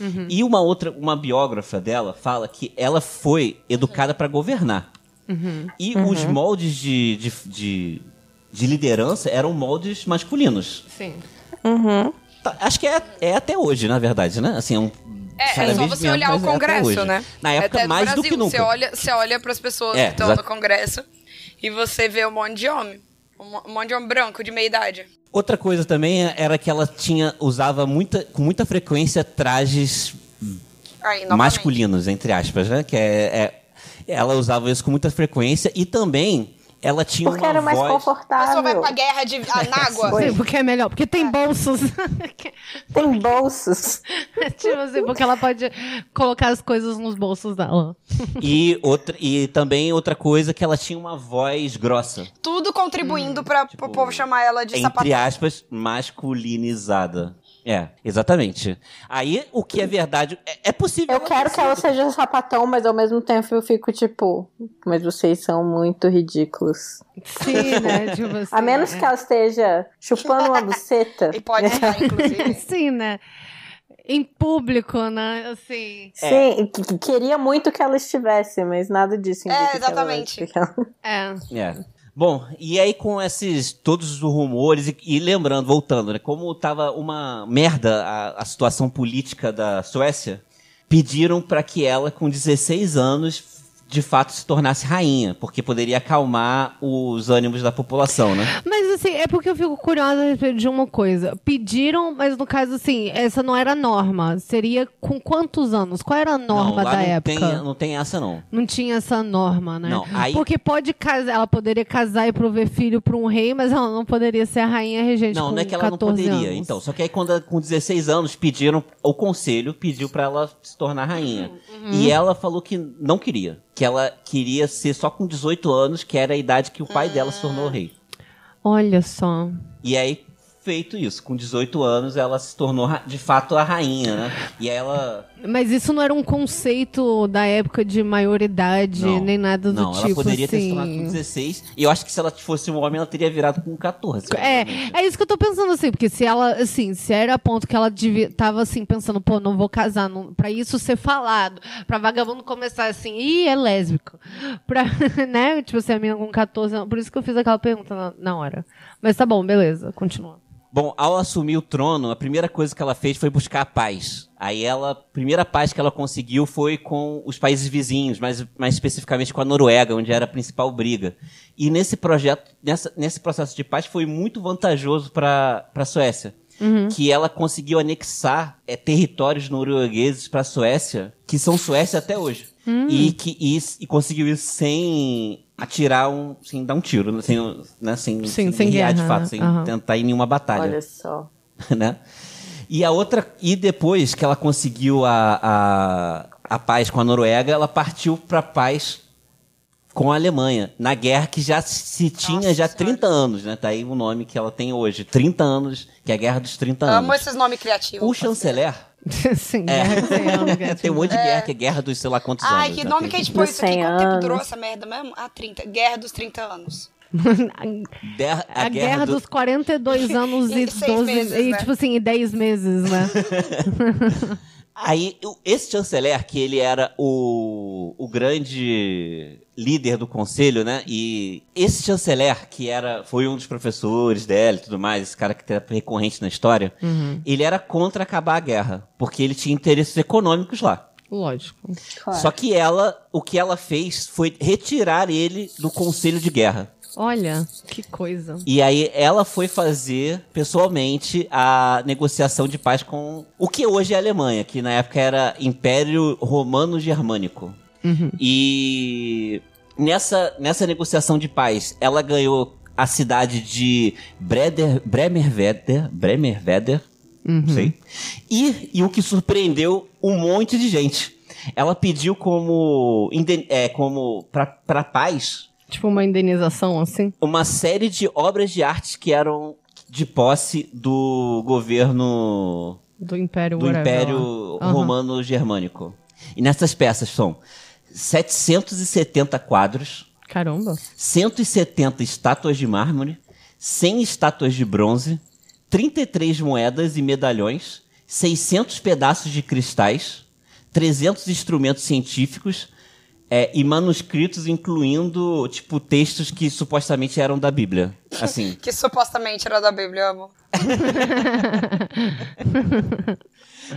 S11: Uhum.
S9: E uma outra, uma biógrafa dela fala que ela foi educada para governar.
S11: Uhum.
S9: E os moldes de, de, de, de liderança eram moldes masculinos.
S6: Sim.
S7: Uhum.
S9: Tá, Acho que é, é até hoje, na verdade, né? Assim, é um.
S8: É, é
S9: cada
S8: só
S9: vez
S8: você
S9: menos,
S8: olhar o
S9: mas é até
S8: Congresso,
S9: hoje.
S8: né?
S9: Na época,
S8: Até no
S9: mais
S8: Brasil,
S9: do que nunca.
S8: Você olha, você olha pras pessoas
S9: É,
S8: que estão
S9: exato.
S8: no Congresso e você vê um monte de homem. Um mo- um monte de homem branco, de meia idade.
S9: Outra coisa também era que ela tinha usava muita, com muita frequência trajes
S8: Aí, novamente.
S9: masculinos, entre aspas, né? Que é, é- ela usava isso com muita frequência e também ela tinha
S7: Porque
S9: uma
S7: era mais
S9: voz...
S7: confortável.
S8: Só vai pra guerra de Anágua.
S6: Sim, porque é melhor, porque tem bolsos.
S7: Tem bolsos.
S6: tipo assim, porque ela pode colocar as coisas nos bolsos dela.
S9: e, outra, e também outra coisa que ela tinha uma voz grossa,
S8: Tudo contribuindo pra o povo chamar ela de
S9: Hum, tipo, entre
S8: sapatão.
S9: aspas, masculinizada. É, exatamente. Aí o que é verdade é, é possível.
S7: Eu quero que ela seja sapatão, mas ao mesmo tempo eu fico tipo. Mas vocês são muito ridículos.
S6: Sim, né? Tipo assim,
S7: A menos
S6: é.
S7: que ela esteja chupando uma buceta. E
S8: pode estar,
S6: Sim, né? Em público, né? Assim.
S7: Sim, que- que- queria muito que ela estivesse, mas nada disso. indica que ela vai
S6: exatamente.
S7: ficar.
S6: É.
S9: É. Bom, e aí com esses todos os rumores e, e lembrando, voltando, né, como tava uma merda a, a situação política da Suécia, pediram para que ela com 16 anos de fato se tornasse rainha, porque poderia acalmar os ânimos da população, né?
S6: Mas assim, é porque eu fico curiosa a respeito de uma coisa. Pediram, mas no caso, assim, essa não era a norma. Seria com quantos anos? Qual era a norma
S9: não, lá
S6: da
S9: não
S6: época?
S9: Tem, não tem essa não.
S6: Não tinha essa norma, né?
S9: Não, aí-
S6: Porque pode casar, ela poderia casar e prover filho para um rei, mas ela não poderia ser a rainha regente
S9: Não,
S6: com
S9: não é que ela não
S6: 14
S9: poderia.
S6: tipo anos.
S9: Então, só que aí quando ela- com 16 anos pediram, o conselho pediu pra ela se tornar rainha.
S6: Uhum.
S9: E ela falou que não queria, que ela queria ser só com 18 anos, que era a idade que o pai dela se tornou
S6: Ah.
S9: rei.
S6: Olha só.
S9: E aí feito isso, com 18 anos ela se tornou ra- de fato a rainha, né? E aí ela
S6: Mas isso não era um conceito da época de maioridade,
S9: Não,
S6: nem nada do
S9: não,
S6: tipo.
S9: ela poderia ter se
S6: assim.
S9: tornado com 16. E eu acho que se ela fosse um homem ela teria virado com 14.
S6: É, é isso que eu tô pensando, assim, porque se ela, assim, se era a ponto que ela devia, tava, assim, pensando, pô, não vou casar, não, pra isso ser falado, pra vagabundo começar assim, ih, é lésbico, pra, né, tipo, se a minha com 14 anos, por isso que eu fiz aquela pergunta na, na hora. Mas tá bom, beleza, continua.
S9: Bom, ao assumir o trono, a primeira coisa que ela fez foi buscar a paz. Aí ela, a primeira paz que ela conseguiu foi com os países vizinhos, mais, mais especificamente com a Noruega, onde era a principal briga. E nesse projeto, nessa- nesse processo de paz foi muito vantajoso para a Suécia,
S11: Uhum.
S9: que ela conseguiu anexar eh, territórios noruegueses para a Suécia, que são Suécia até hoje.
S11: Hum.
S9: E que e, e conseguiu isso sem atirar um, sem dar um tiro, né? sem, né? sem,
S6: Sim,
S9: sem
S6: sem
S9: guerrear de
S6: guerra,
S9: fato,
S6: né?
S9: sem
S6: Aham.
S9: tentar ir em nenhuma batalha
S7: Olha só.
S9: né? E a outra, e depois que ela conseguiu a, a, a paz com a Noruega, ela partiu para paz com a Alemanha, na guerra que já se tinha já 30 anos, né? Tá aí o nome que ela tem hoje, 30 anos, que é a guerra dos 30
S8: Amo
S9: anos.
S8: esses nomes criativos.
S9: O chanceler
S6: Sim, né, assim,
S9: é, tem um monte de
S8: É.
S9: guerra que é guerra dos sei lá quantos anos.
S8: Ai, que
S9: né?
S8: nome
S9: Tem-
S8: que a gente pôs isso aqui?
S9: 100
S8: Quanto tempo durou
S9: anos.
S8: essa merda mesmo? Ah, 30. Guerra dos 30 anos.
S9: Guerra-
S6: A, guerra,
S9: do-
S6: dos 42 anos e,
S8: E seis
S6: 12,
S8: meses,
S6: e
S8: né?
S6: tipo assim, e 10 meses, né?
S9: Aí, eu- esse chanceler, que ele era o, o grande líder do conselho, né? E esse chanceler, que era foi um dos professores dela e tudo mais, esse cara que tem recorrente na história,
S4: Uhum.
S9: ele era contra acabar a guerra, porque ele tinha interesses econômicos lá.
S4: Lógico.
S9: Só que ela, o que ela fez foi retirar ele do conselho de guerra.
S6: Olha, que coisa.
S9: E aí ela foi fazer pessoalmente a negociação de paz com o que hoje é a Alemanha, que na época era Império Romano Germânico. E nessa, nessa negociação de paz, ela ganhou a cidade de Breder, Bremerwerder, Bremerwerder,
S4: Uhum.
S9: não sei. E, e o que surpreendeu um monte de gente. Ela pediu como inden- é, como pra, pra paz
S6: Tipo uma indenização, assim.
S9: uma série de obras de arte que eram de posse do governo
S6: Do Império
S9: do
S6: whatever
S9: Império
S6: lá. Aham.
S9: Romano Germânico. E nessas peças são 770 quadros,
S6: Caramba.
S9: 170 estátuas de mármore, 100 estátuas de bronze, 33 moedas e medalhões, 600 pedaços de cristais, 300 instrumentos científicos é, e manuscritos, incluindo tipo textos que supostamente eram da Bíblia. Assim.
S8: Que supostamente era da Bíblia, amo.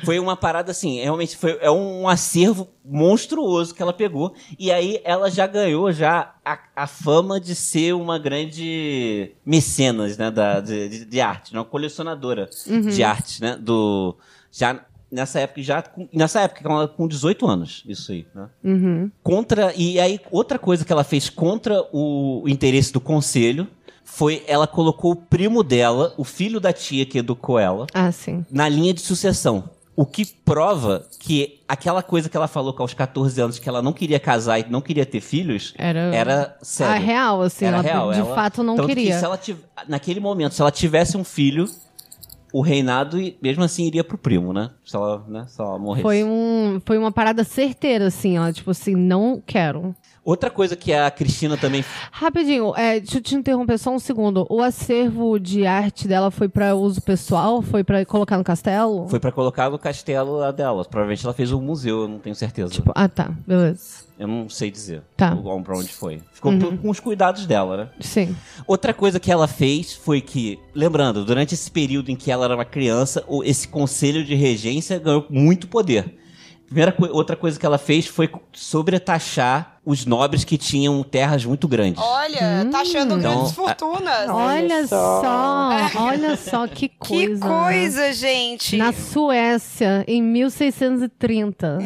S9: Foi uma parada assim, realmente foi é um acervo monstruoso que ela pegou e aí ela já ganhou já a, a fama de ser uma grande mecenas, né, da, de, de- de arte, né, uma colecionadora
S4: Uhum.
S9: de arte, né, do já nessa época já com- nessa época ela com 18 anos, isso aí, né?
S6: Uhum.
S9: Contra. E aí, outra coisa que ela fez contra o interesse do conselho foi ela colocou o primo dela, o filho da tia que educou ela,
S6: Ah, sim.
S9: na linha de sucessão. O que prova que aquela coisa que ela falou que aos 14 anos que ela não queria casar e não queria ter filhos
S6: Era-
S9: sério.
S6: Ah, real, assim,
S9: Era
S6: ela
S9: real.
S6: de
S9: ela-
S6: fato não
S9: tanto que
S6: queria.
S9: se ela tiv- Naquele momento, se ela tivesse um filho, o reinado, e- mesmo assim, iria pro primo, né? Se ela, né? Se ela morresse.
S6: Foi, um, foi uma parada certeira, assim, ó. Tipo assim, não quero.
S9: Outra coisa que a Cristina também
S6: Rapidinho, é, deixa eu te interromper só um segundo. O acervo de arte dela foi pra uso pessoal? Foi pra colocar no castelo?
S9: Foi pra colocar no castelo lá dela. Provavelmente ela fez um museu, eu não tenho certeza.
S6: Ah, tá. Beleza.
S9: Eu não sei dizer
S6: Tá.
S9: o- pra onde foi. Ficou
S6: Uhum.
S9: por- com os cuidados dela, né?
S6: Sim.
S9: Outra coisa que ela fez foi que, lembrando, durante esse período em que ela era uma criança, o- esse conselho de regência ganhou muito poder. Primeira coi- outra coisa que ela fez foi sobretaxar os nobres que tinham terras muito grandes.
S8: Olha, tá achando
S9: Então,
S8: grandes
S9: a-
S8: fortunas.
S6: Olha só, olha só que coisa.
S8: Que
S6: né?
S8: coisa, gente.
S6: Na Suécia, em 1630.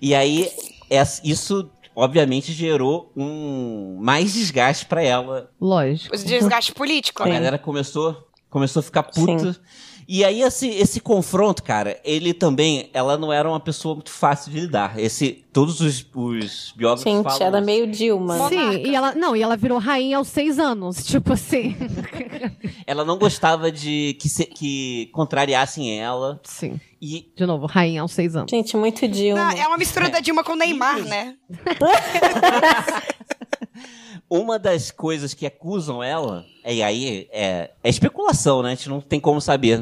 S9: E aí, essa- isso obviamente gerou um mais desgaste pra ela
S6: Lógico.
S8: Os desgaste político,
S9: A
S8: né?
S9: galera começou, começou a ficar puta. E aí, esse, esse confronto, cara, ele também, ela não era uma pessoa muito fácil de lidar. Esse, todos os, os biógrafos
S7: Gente,
S9: falam. assim,
S7: era meio Dilma.
S6: Sim, e ela, não, e ela virou rainha aos seis anos, tipo assim.
S9: Ela não gostava de que, se- que contrariassem ela.
S6: Sim.
S9: E
S6: De novo, rainha aos seis anos.
S7: Gente, muito Dilma.
S8: Não, é uma mistura da Dilma com o Neymar, né?
S9: uma das coisas que acusam ela, e aí é, é especulação, né? A gente não tem como saber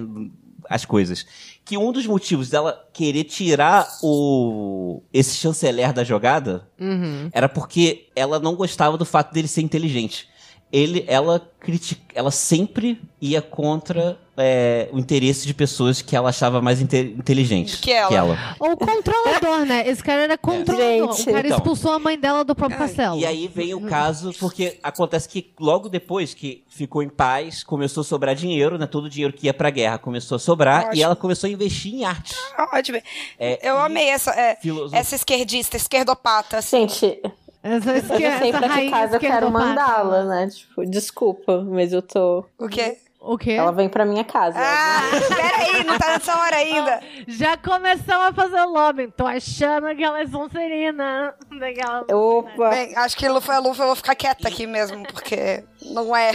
S9: as coisas. Que um dos motivos dela querer tirar o esse chanceler da jogada
S6: Uhum.
S9: Era porque ela não gostava do fato dele ser inteligente. Ele, ela critica, ela sempre ia contra é, o interesse de pessoas que ela achava mais inte- inteligentes
S8: Que ela.
S6: Ou controlador, né? Esse cara era controlador.
S7: Gente.
S6: O cara
S9: Então.
S6: expulsou a mãe dela do próprio castelo.
S9: E aí vem o caso, porque acontece que logo depois que ficou em paz, começou a sobrar dinheiro, né? Todo o dinheiro que ia pra guerra começou a sobrar
S8: Ótimo.
S9: e ela começou a investir em arte.
S8: Ótimo.
S9: É,
S8: Eu amei essa, é,
S9: filosofia.
S8: essa esquerdista, esquerdopata. assim.
S7: Gente,
S6: Essa,
S7: eu já sei
S6: essa
S7: pra que
S6: rainha
S7: casa eu quero
S6: esquerdopata.
S7: mandá-la, né? Tipo, desculpa, mas eu tô.
S8: O quê?
S6: O quê?
S7: Ela vem pra minha casa.
S8: Ah, peraí, não tá nessa hora ainda.
S6: Já começamos a fazer lobby. Tô achando que ela é Sonserina. Daquela...
S7: Opa!
S8: Bem, acho que Lufa é Lufa, eu vou ficar quieta aqui mesmo, porque não é.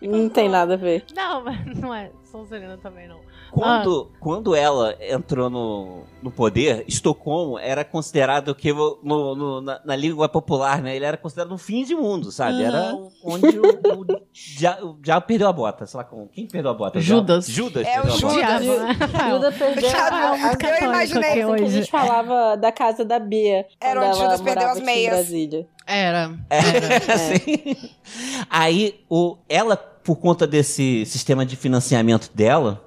S7: Não tem nada a ver.
S6: Não, mas não é Sonserina também, não.
S9: Quando, quando ela entrou no, no poder, Estocolmo era considerado que no, no- na, na língua popular, né? Ele era considerado um fim de mundo, sabe? Era
S8: Uhum.
S9: onde o, o, dia- o diabo perdeu a bota. Sei lá como. Quem perdeu a bota? O diabo?
S6: Judas.
S9: Judas.
S8: É o
S9: perdeu a bota.
S6: né?
S8: Judas.
S7: Judas perdeu
S8: Thiago,
S7: a- as
S8: eu
S7: as
S8: imaginei
S7: coisas que a gente falava da casa da Bia.
S8: Era onde
S7: quando ela
S8: Judas perdeu
S7: morava
S8: as
S7: aqui em
S8: meias.
S7: Brasília.
S6: Era.
S9: É, Sim. Aí, o, ela, por conta desse sistema de financiamento dela,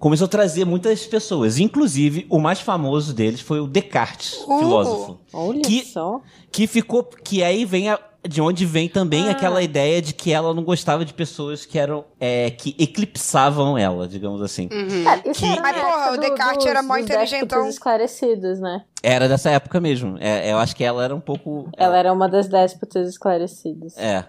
S9: começou a trazer muitas pessoas. Inclusive, o mais famoso deles foi o Descartes,
S8: Uh!
S9: filósofo.
S7: Olha
S9: Que-
S7: só.
S9: Que ficou. Que aí vem a- de onde vem também aquela ideia de que ela não gostava de pessoas que eram. é, que eclipsavam ela, digamos assim.
S5: Hum.
S7: Cara, isso
S9: Que-
S7: era na
S8: Mas, porra,
S7: época
S8: o
S7: do-
S8: Descartes era
S7: dos-
S8: mó
S7: dos déspotas
S8: inteligentão.
S7: esclarecidos, né?
S9: Era dessa época mesmo. É, eu acho que ela era um pouco.
S7: Ela era uma das déspotas esclarecidas.
S9: É.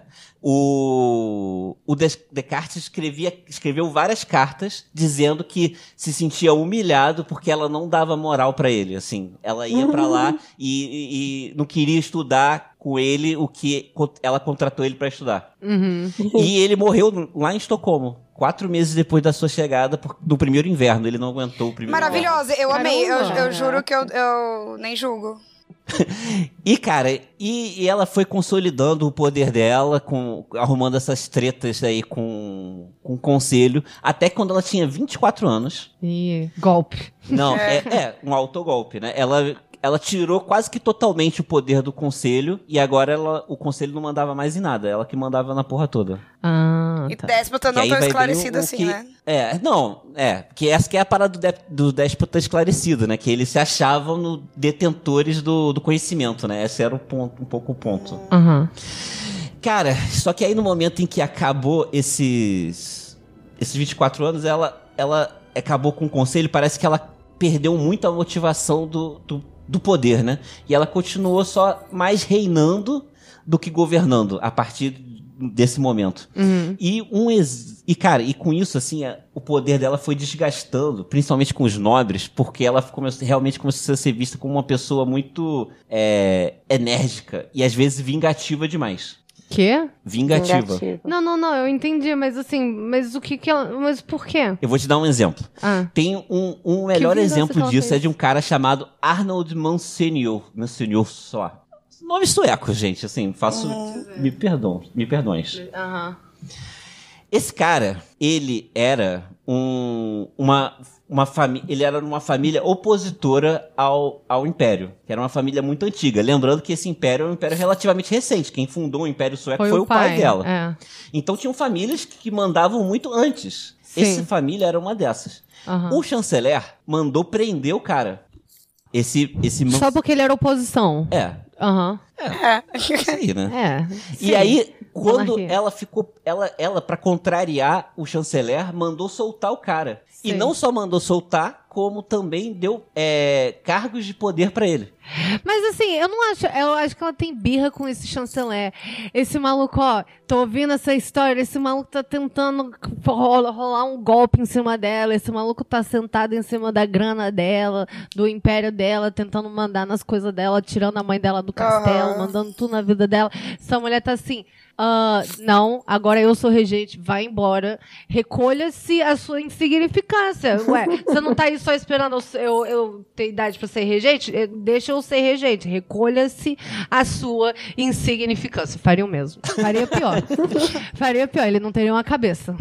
S9: O, o Des- Descartes escrevia, escreveu várias cartas dizendo que se sentia humilhado porque ela não dava moral pra ele. Assim, ela ia pra lá e, e- e não queria estudar com ele o que co- ela contratou ele pra estudar.
S6: Uhum.
S9: E ele morreu lá em Estocolmo, quatro meses depois da sua chegada, por- no primeiro inverno. Ele não aguentou o primeiro inverno.
S8: Maravilhosa, eu amei. Eu,
S6: Caramba.
S8: eu juro que eu, eu nem julgo.
S9: E, cara, e, e ela foi consolidando o poder dela, com, arrumando essas tretas aí com, com o conselho, até quando ela tinha 24 anos.
S6: E golpe.
S9: Não, é, é um autogolpe, né? Ela, ela tirou quase que totalmente o poder do conselho, e agora ela, o conselho não mandava mais em nada, ela que mandava na porra toda.
S6: Ah,
S8: E
S6: tá.
S8: déspota não
S9: aí
S8: tão
S9: vai ver
S8: esclarecida
S9: o
S8: assim,
S9: que-
S8: né?
S9: É, não, é, porque essa que é a parada do, dé- do déspota esclarecido, né? Que eles se achavam no- detentores do, do conhecimento, né? Esse era o ponto, um pouco o ponto.
S7: Então.
S6: Aham.
S9: Cara, só que aí no momento em que acabou esses. Esses 24 anos, ela, ela acabou com o conselho, parece que ela perdeu muito a motivação do, do, do poder, né? E ela continuou só mais reinando do que governando a partir desse momento.
S6: Uhum.
S9: E um ex... e cara, e com isso assim, a- o poder dela foi desgastando, principalmente com os nobres, porque ela começou, realmente começou a ser vista como uma pessoa muito é, enérgica e às vezes vingativa demais.
S6: Quê?
S9: Vingativa.
S6: Não, não, não, eu entendi, mas assim, mas o que que ela. Mas por quê?
S9: Eu vou te dar um exemplo.
S6: Ah.
S9: Tem um, um melhor
S6: vingança que
S9: exemplo
S6: ela
S9: disso é
S6: fez?
S9: de um cara chamado Arnold Mansenhor. Mansenhor só. Nome sueco, gente, assim, faço. Me perdoam, me perdoes.
S6: Aham.
S9: Esse cara, ele era um, uma, uma família, ele era uma família opositora ao, ao Império, que era uma família muito antiga. Lembrando que esse Império é um Império relativamente recente. Quem fundou o Império Sueco foi, o pai, dela.
S6: É.
S9: Então tinham famílias que mandavam muito antes.
S6: Sim.
S9: Essa família era uma dessas.
S6: Aham.
S9: O chanceler mandou prender o cara. Esse, esse man-
S6: Só porque ele era oposição.
S9: é,
S6: Aham.
S8: É.
S9: isso aí, né?
S6: É.
S9: E
S6: sim.
S9: aí, quando
S6: Monarquia.
S9: ela ficou. Ela, ela para contrariar o chanceler, mandou soltar o cara. E
S6: Sim.
S9: não só mandou soltar, como também deu é, cargos de poder pra ele.
S6: Mas assim, eu não acho. Eu acho que ela tem birra com esse chanceler. Esse maluco, ó, tô ouvindo essa história. Esse maluco tá tentando rola- rolar um golpe em cima dela. Esse maluco tá sentado em cima da grana dela, do império dela, tentando mandar nas coisas dela, tirando a mãe dela do castelo,
S8: Aham.
S6: mandando tudo na vida dela. Essa mulher tá assim. ah, não, agora eu sou regente, vai embora. Recolha-se a sua insignificância. Ué, você não tá aí só esperando eu- eu, eu ter idade pra ser regente? Eh, Deixa eu ser regente. Recolha-se a sua insignificância. Faria o mesmo. Faria pior. Faria pior, ele não teria uma cabeça.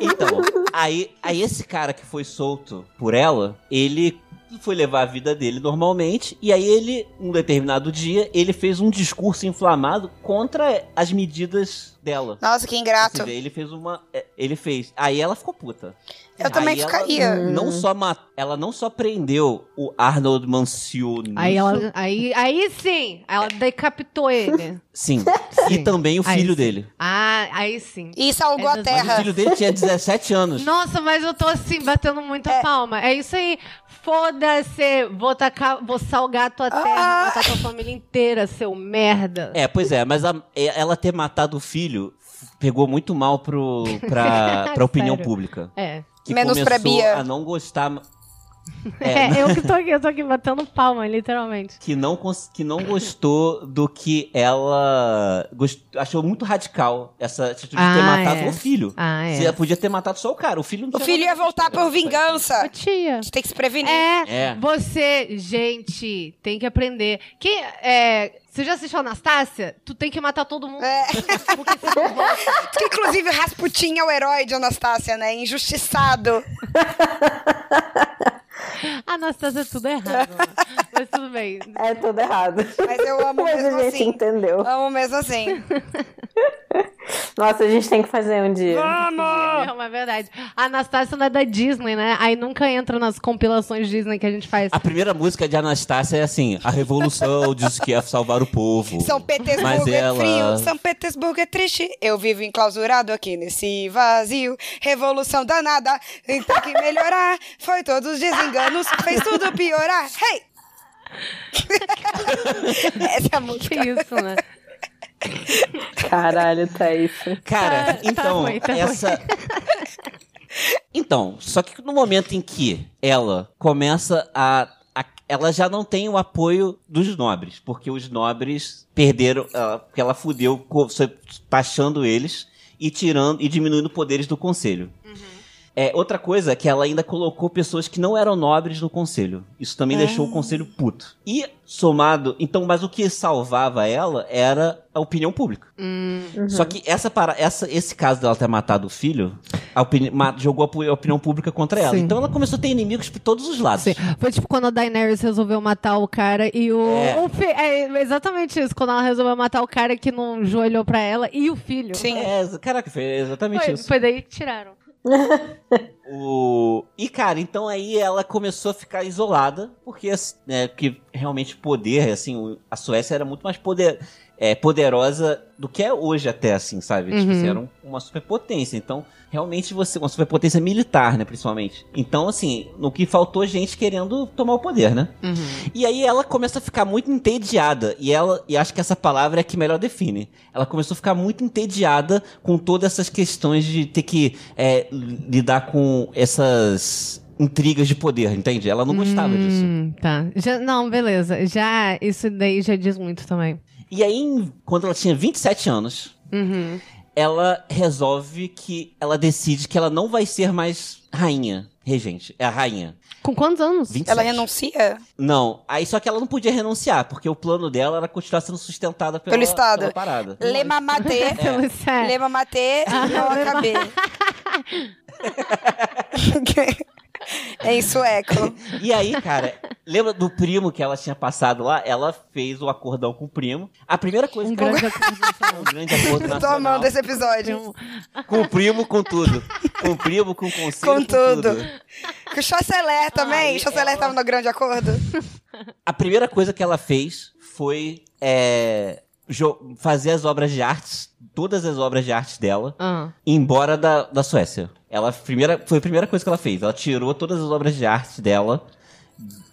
S9: Então, aí, aí esse cara que foi solto por ela, ele foi levar a vida dele normalmente. E aí ele, um determinado dia, ele fez um discurso inflamado contra as medidas dela.
S8: Nossa, que
S9: Você
S8: ingrato.
S9: vê, Assim, ele fez uma. é, Ele fez. Aí ela ficou puta.
S8: Eu também
S9: Aí ela
S8: ficaria.
S9: Não só ma- Ela não só prendeu o Arnold Mancioni.
S6: Aí, ela, aí, aí sim, ela decapitou ele.
S9: Sim.
S6: Sim.
S9: E também o
S6: Aí
S9: filho
S6: sim.
S9: dele.
S6: Ah, aí sim.
S8: E salgou a
S6: Essas-
S9: Mas o
S8: terra.
S9: filho dele tinha 17 anos.
S6: Nossa, mas eu tô assim, batendo muita palma. É isso aí. Foda-se. Vou, tacar, vou salgar tua terra, vou matar tua família inteira, seu merda.
S9: É, pois é, mas a- é, ela ter matado o filho pegou muito mal pro, pra, pra opinião
S6: Sério.
S9: pública.
S6: É.
S9: Que
S8: Menos
S9: começou
S8: pra Bia.
S9: a não gostar.
S6: É, eu que tô aqui, eu tô aqui batendo palma, literalmente.
S9: que não, cons- que não gostou do que ela gost- achou muito radical essa atitude de ter
S6: Ah,
S9: matado
S6: é.
S9: o filho.
S6: Ah, é.
S9: Você podia ter matado só o cara, o filho não
S8: O
S9: tinha
S8: filho ia voltar por vingança.
S6: Tia.
S8: Tem que se prevenir.
S6: É,
S9: É.
S6: você, gente, tem que aprender. Quem, é, você já assistiu Anastácia? Tu tem que matar todo mundo.
S9: É.
S8: Que, inclusive, Rasputin é o herói de Anastácia, né? Injustiçado.
S6: Anastácia é tudo errado. mano. Mas tudo bem.
S7: É tudo errado.
S8: Mas eu amo
S7: Mas é
S8: mesmo
S7: a gente
S8: assim.
S7: entendeu.
S8: Amo mesmo assim.
S7: Nossa, a gente tem que fazer um dia.
S6: Não, é verdade. A Anastácia não é da Disney, né? Aí nunca entra nas compilações Disney que a gente faz.
S9: A primeira música de Anastácia é assim: a revolução diz que ia salvar o povo.
S8: São
S9: Mas
S8: Petersburgo
S9: ela-
S8: é frio, São Petersburgo é triste. Eu vivo enclausurado aqui nesse vazio. Revolução danada, tem que melhorar. Foi todos os desenganos, fez tudo piorar. Hey! Essa é a música.
S6: Que isso, né?
S7: Caralho, tá Thaís.
S9: Cara,
S6: Tá-
S9: então,
S6: tá ruim, tá ruim.
S9: essa. Então, só que no momento em que ela começa a, a- Ela já não tem o apoio dos nobres, porque os nobres perderam. ela- Porque ela fudeu co- so- taxando eles e tirando e diminuindo poderes do conselho.
S6: Uhum.
S9: É, outra coisa é que ela ainda colocou pessoas que não eram nobres no conselho. Isso também
S6: Ah.
S9: deixou o conselho puto. E somado, então, mas o que salvava ela era a opinião pública. Só
S6: Uhum.
S9: que essa para essa esse caso dela ter matado o filho, a opini- ma- jogou a, pu- a opinião pública contra ela.
S6: Sim.
S9: Então ela começou a ter inimigos por todos os lados.
S6: Foi tipo quando a Daenerys resolveu matar o cara e o.
S9: É.
S6: o fi- é exatamente isso. Quando ela resolveu matar o cara que não joelhou pra ela e o filho.
S8: Sim.
S9: É, exa- caraca, foi exatamente
S6: Foi,
S9: isso.
S6: foi daí que tiraram.
S9: O... E, cara, então aí ela começou a ficar isolada, porque, né, porque realmente poder, assim, o- a Suécia era muito mais poder, é, poderosa do que é hoje até, assim, sabe? Tipo,
S6: Uhum.
S9: assim, era um- uma superpotência, então, realmente você, uma superpotência militar, né, principalmente. Então, assim, no que faltou gente querendo tomar o poder, né? E aí ela começa a ficar muito entediada. E ela, e acho que essa palavra é a que melhor define. Ela começou a ficar muito entediada com todas essas questões de ter que é, lidar com essas intrigas de poder, entende? Ela não gostava disso.
S6: Hum, tá. Já- não, beleza. Já, isso daí já diz muito também.
S9: E aí, em- quando ela tinha 27 anos,
S6: Uhum.
S9: ela resolve que ela decide que ela não vai ser mais rainha, regente. É a rainha.
S6: Com quantos anos?
S9: 27.
S8: Ela renuncia
S9: Não, aí só que ela não podia renunciar, porque o plano dela era continuar sendo sustentada pela,
S8: pelo Estado.
S9: pela parada.
S8: Lema mater,
S6: Pelo
S9: É.
S6: sério.
S8: lema mater, não acabei. É em sueco.
S9: E aí, cara, lembra do primo que ela tinha passado lá? Ela fez o acordão com o primo. A primeira coisa
S6: Um
S9: que ela
S6: grande acordo
S9: um grande acordo
S8: Tô amando
S9: nacional. um-
S8: esse episódio.
S6: nacional.
S9: Com o primo, com tudo. Com o primo, com o conselho,
S8: Com
S9: com,
S8: tudo.
S9: tudo.
S8: Que o Chanceler também.
S9: Ai,
S8: chanceler
S9: ela-
S8: tava no grande acordo.
S9: A primeira coisa que ela fez foi é, jo- fazer as obras de artes, todas as obras de artes dela,
S6: Ah.
S9: embora da, da Suécia. Ela primeira, foi a primeira coisa que ela fez. Ela tirou todas as obras de arte dela,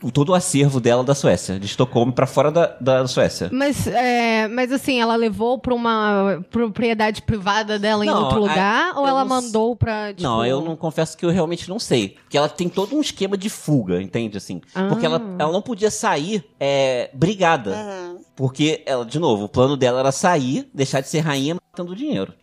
S9: o- todo o acervo dela da Suécia, de Estocolmo pra fora da, da Suécia.
S6: Mas, é, mas assim, ela levou pra uma propriedade privada dela em
S9: Não,
S6: outro
S9: a-
S6: lugar? ou
S9: eu
S6: ela
S9: não s-
S6: mandou pra. Tipo...
S9: Não, eu não confesso que eu realmente não sei. Porque ela tem todo um esquema de fuga, entende? Assim,
S6: Ah. Ah.
S9: Porque ela, ela não podia sair é, brigada. Porque, ela, de novo, o plano dela era sair, deixar de ser rainha, matando dinheiro.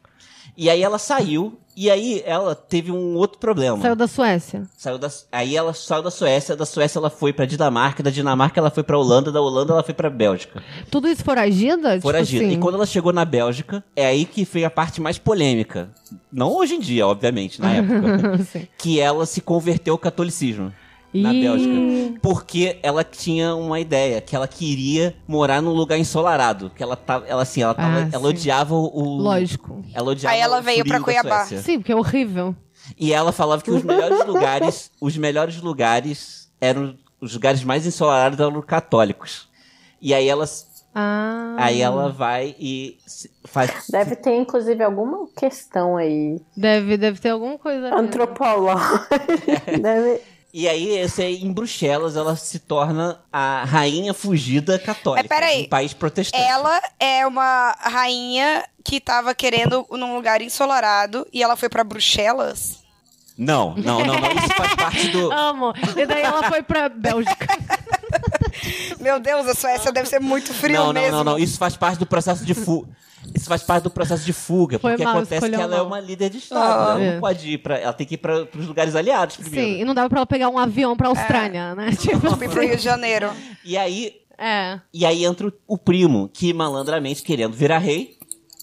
S9: E aí ela saiu, e aí ela teve um outro problema.
S6: Saiu da Suécia.
S9: Saiu da, aí ela saiu da Suécia, da Suécia ela foi pra Dinamarca, da Dinamarca ela foi pra Holanda, da Holanda ela foi pra Bélgica.
S6: Tudo isso foragida? Tipo
S9: Foragida.
S6: assim?
S9: E quando ela chegou na Bélgica, é aí que foi a parte mais polêmica. Não hoje em dia, obviamente, na época.
S6: Sim.
S9: que ela se converteu ao catolicismo. Na
S6: Ih.
S9: Bélgica. Porque ela tinha uma ideia, que ela queria morar num lugar ensolarado. Que ela tava. Ela assim, ela, tava-
S6: Ah,
S9: ela
S6: sim.
S9: odiava o.
S6: Lógico.
S9: Ela odiava
S8: Aí ela
S9: o
S8: veio
S9: frio
S8: pra
S9: da
S8: Cuiabá.
S9: Suécia.
S6: Sim, porque é horrível.
S9: E ela falava que os melhores lugares, os melhores lugares eram os lugares mais ensolarados eram católicos. E aí ela,
S6: Ah.
S9: aí ela vai e se- faz
S7: Uhum. Deve ter, inclusive, alguma questão aí.
S6: Deve, deve ter alguma coisa. mesmo.
S9: É.
S7: Antropológica. Deve...
S9: E aí, esse aí, em Bruxelas, ela se torna a rainha fugida católica.
S8: Mas É, peraí.
S9: Um país protestante.
S8: Ela é uma rainha que tava querendo num lugar ensolarado e ela foi pra Bruxelas.
S9: Não, não, não, não. Isso faz parte do.
S6: Amo. E daí ela foi pra Bélgica.
S8: Meu Deus, a Suécia deve ser muito frio
S9: não, não,
S8: mesmo.
S9: não, não. Isso faz parte do processo de fuga. Isso faz parte do processo de fuga,
S6: Foi
S9: porque
S6: mal,
S9: acontece que
S6: escolheu
S9: ela é
S6: mal.
S9: uma líder de Estado.
S6: Ah.
S9: ela
S6: É.
S9: não pode ir pra. Ela tem que ir pra, pros lugares aliados primeiro.
S6: Sim, e não dava pra ela pegar um avião pra Austrália,
S9: É.
S6: né? Tipo
S8: Fui pro Rio de Janeiro.
S9: E aí,
S6: É.
S9: e aí entra o- o primo, que malandramente, querendo virar rei,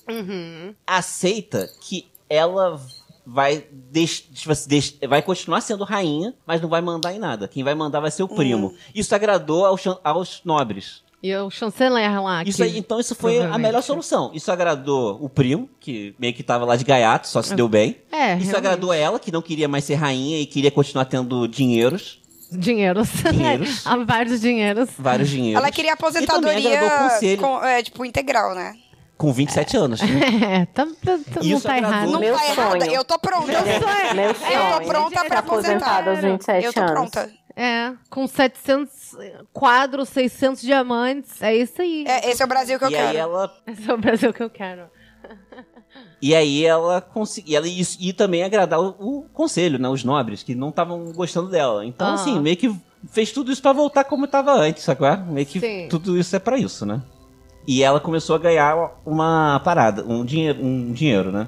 S6: Uhum.
S9: aceita que ela vai, des- tipo assim, des- vai continuar sendo rainha, mas não vai mandar em nada. Quem vai mandar vai ser
S6: Hum.
S9: o primo. Isso agradou aos, chan- aos nobres.
S6: E o chanceler lá.
S9: Isso
S6: que-
S9: aí, então isso foi a
S6: provavelmente.
S9: melhor solução. Isso agradou o primo, que meio que tava lá de gaiato, só se deu bem.
S6: É,
S9: Isso
S6: realmente.
S9: agradou ela, que não queria mais ser rainha e queria continuar tendo dinheiros.
S6: Dinheiros.
S9: Dinheiros.
S6: Há vários dinheiros.
S9: Vários dinheiros.
S8: Ela queria
S9: E também
S8: aposentadoria
S9: agradou o conselho.
S8: com- é, tipo, integral, né?
S9: Com 27 anos. né?
S6: É, tá, tá- tá- não
S9: Isso
S6: tá
S9: agradou. né?
S6: errado.
S8: Não
S7: Meu
S8: tá errada.
S7: sonho.
S8: Eu tô pronta.
S7: Meu
S8: Eu tô
S7: sonho.
S8: pronta pra aposentar.
S7: aposentada aos 27
S8: Eu tô
S7: anos.
S8: pronta.
S6: É, com 700 quadros, 600 diamantes. É isso aí.
S8: É, esse é o Brasil que eu
S9: e
S8: quero.
S9: aí ela.
S6: Esse é o Brasil que eu quero.
S9: E aí ela conseguiu. Ela, e, isso- e também agradar o, o conselho, né? Os nobres, que não estavam gostando dela. Então,
S6: Ah.
S9: assim, meio que fez tudo isso pra voltar como tava antes, sacou? Meio que
S6: Sim.
S9: tudo isso é pra isso, né? E ela começou a ganhar uma parada, um dinheiro, um dinheiro, né?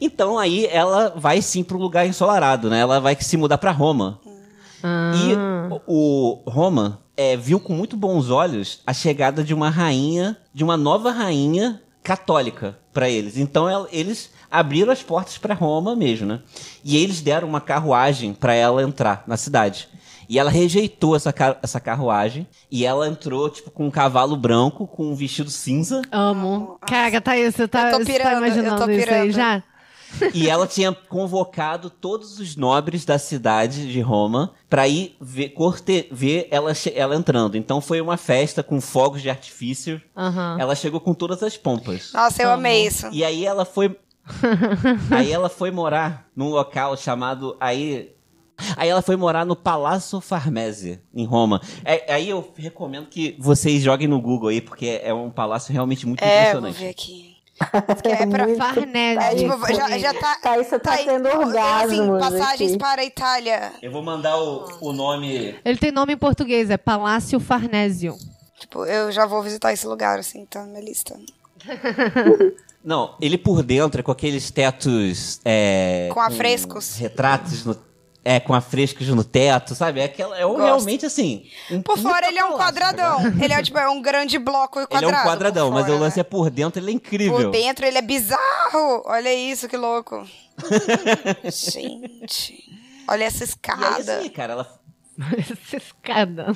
S9: Então aí ela vai sim pro lugar ensolarado, né? Ela vai se mudar pra Roma. E
S6: Ah.
S9: o o Roma é, viu com muito bons olhos a chegada de uma rainha, de uma nova rainha católica pra eles. Então el- eles abriram as portas pra Roma mesmo, né? E eles deram uma carruagem pra ela entrar na cidade. E ela rejeitou essa, car- essa carruagem e ela entrou tipo com um cavalo branco, com um vestido cinza.
S6: Amo. Caraca, Thaís, você tá,
S8: Eu tô
S6: você tá
S8: pirando, eu tô
S6: imaginando isso aí
S8: pirando.
S6: já?
S9: E ela tinha convocado todos os nobres da cidade de Roma pra ir ver, corte, ver ela, che- ela entrando. Então foi uma festa com fogos de artifício.
S6: Aham.
S9: Ela chegou com todas as pompas.
S8: Nossa, eu amei isso.
S9: E aí ela foi. aí ela foi morar num local chamado. Aí. Aí ela foi morar no Palazzo Farnese, em Roma. É- aí eu recomendo que vocês joguem no Google aí, porque é um palácio realmente muito
S8: É, vou
S9: impressionante.
S8: ver aqui. Diz que é pra...
S6: Farnese.
S8: É, tipo, já, já tá...
S7: Thaís, você tá
S8: aí.
S7: tendo
S8: Eu-
S7: orgasmos
S8: Assim, passagens
S7: aqui.
S8: para a Itália.
S9: Eu vou mandar o, o nome.
S6: É. Ele tem nome em português, é Palácio Farnésio.
S8: Tipo, eu já vou visitar esse lugar, assim, tá na minha lista.
S9: Não, ele por dentro é com aqueles tetos. É,
S8: Com afrescos.
S9: Retratos no. É, com afrescos no teto, sabe? É, aquela, é um-
S8: Gosto.
S9: realmente assim. um
S8: Por
S9: puta
S8: fora ele é um
S9: palácio,
S8: quadradão.
S9: sabe?
S7: né?
S8: Ele é tipo, é um grande bloco quadrado.
S9: ele é um quadradão,
S8: por
S9: mas
S8: fora,
S9: o lance
S8: né?
S9: é por dentro, ele é
S8: Por
S9: incrível.
S8: dentro ele é bizarro. Olha isso, que louco. Gente. Olha essa
S9: E aí,
S8: escada.
S9: assim, cara, ela.
S6: Essa escada.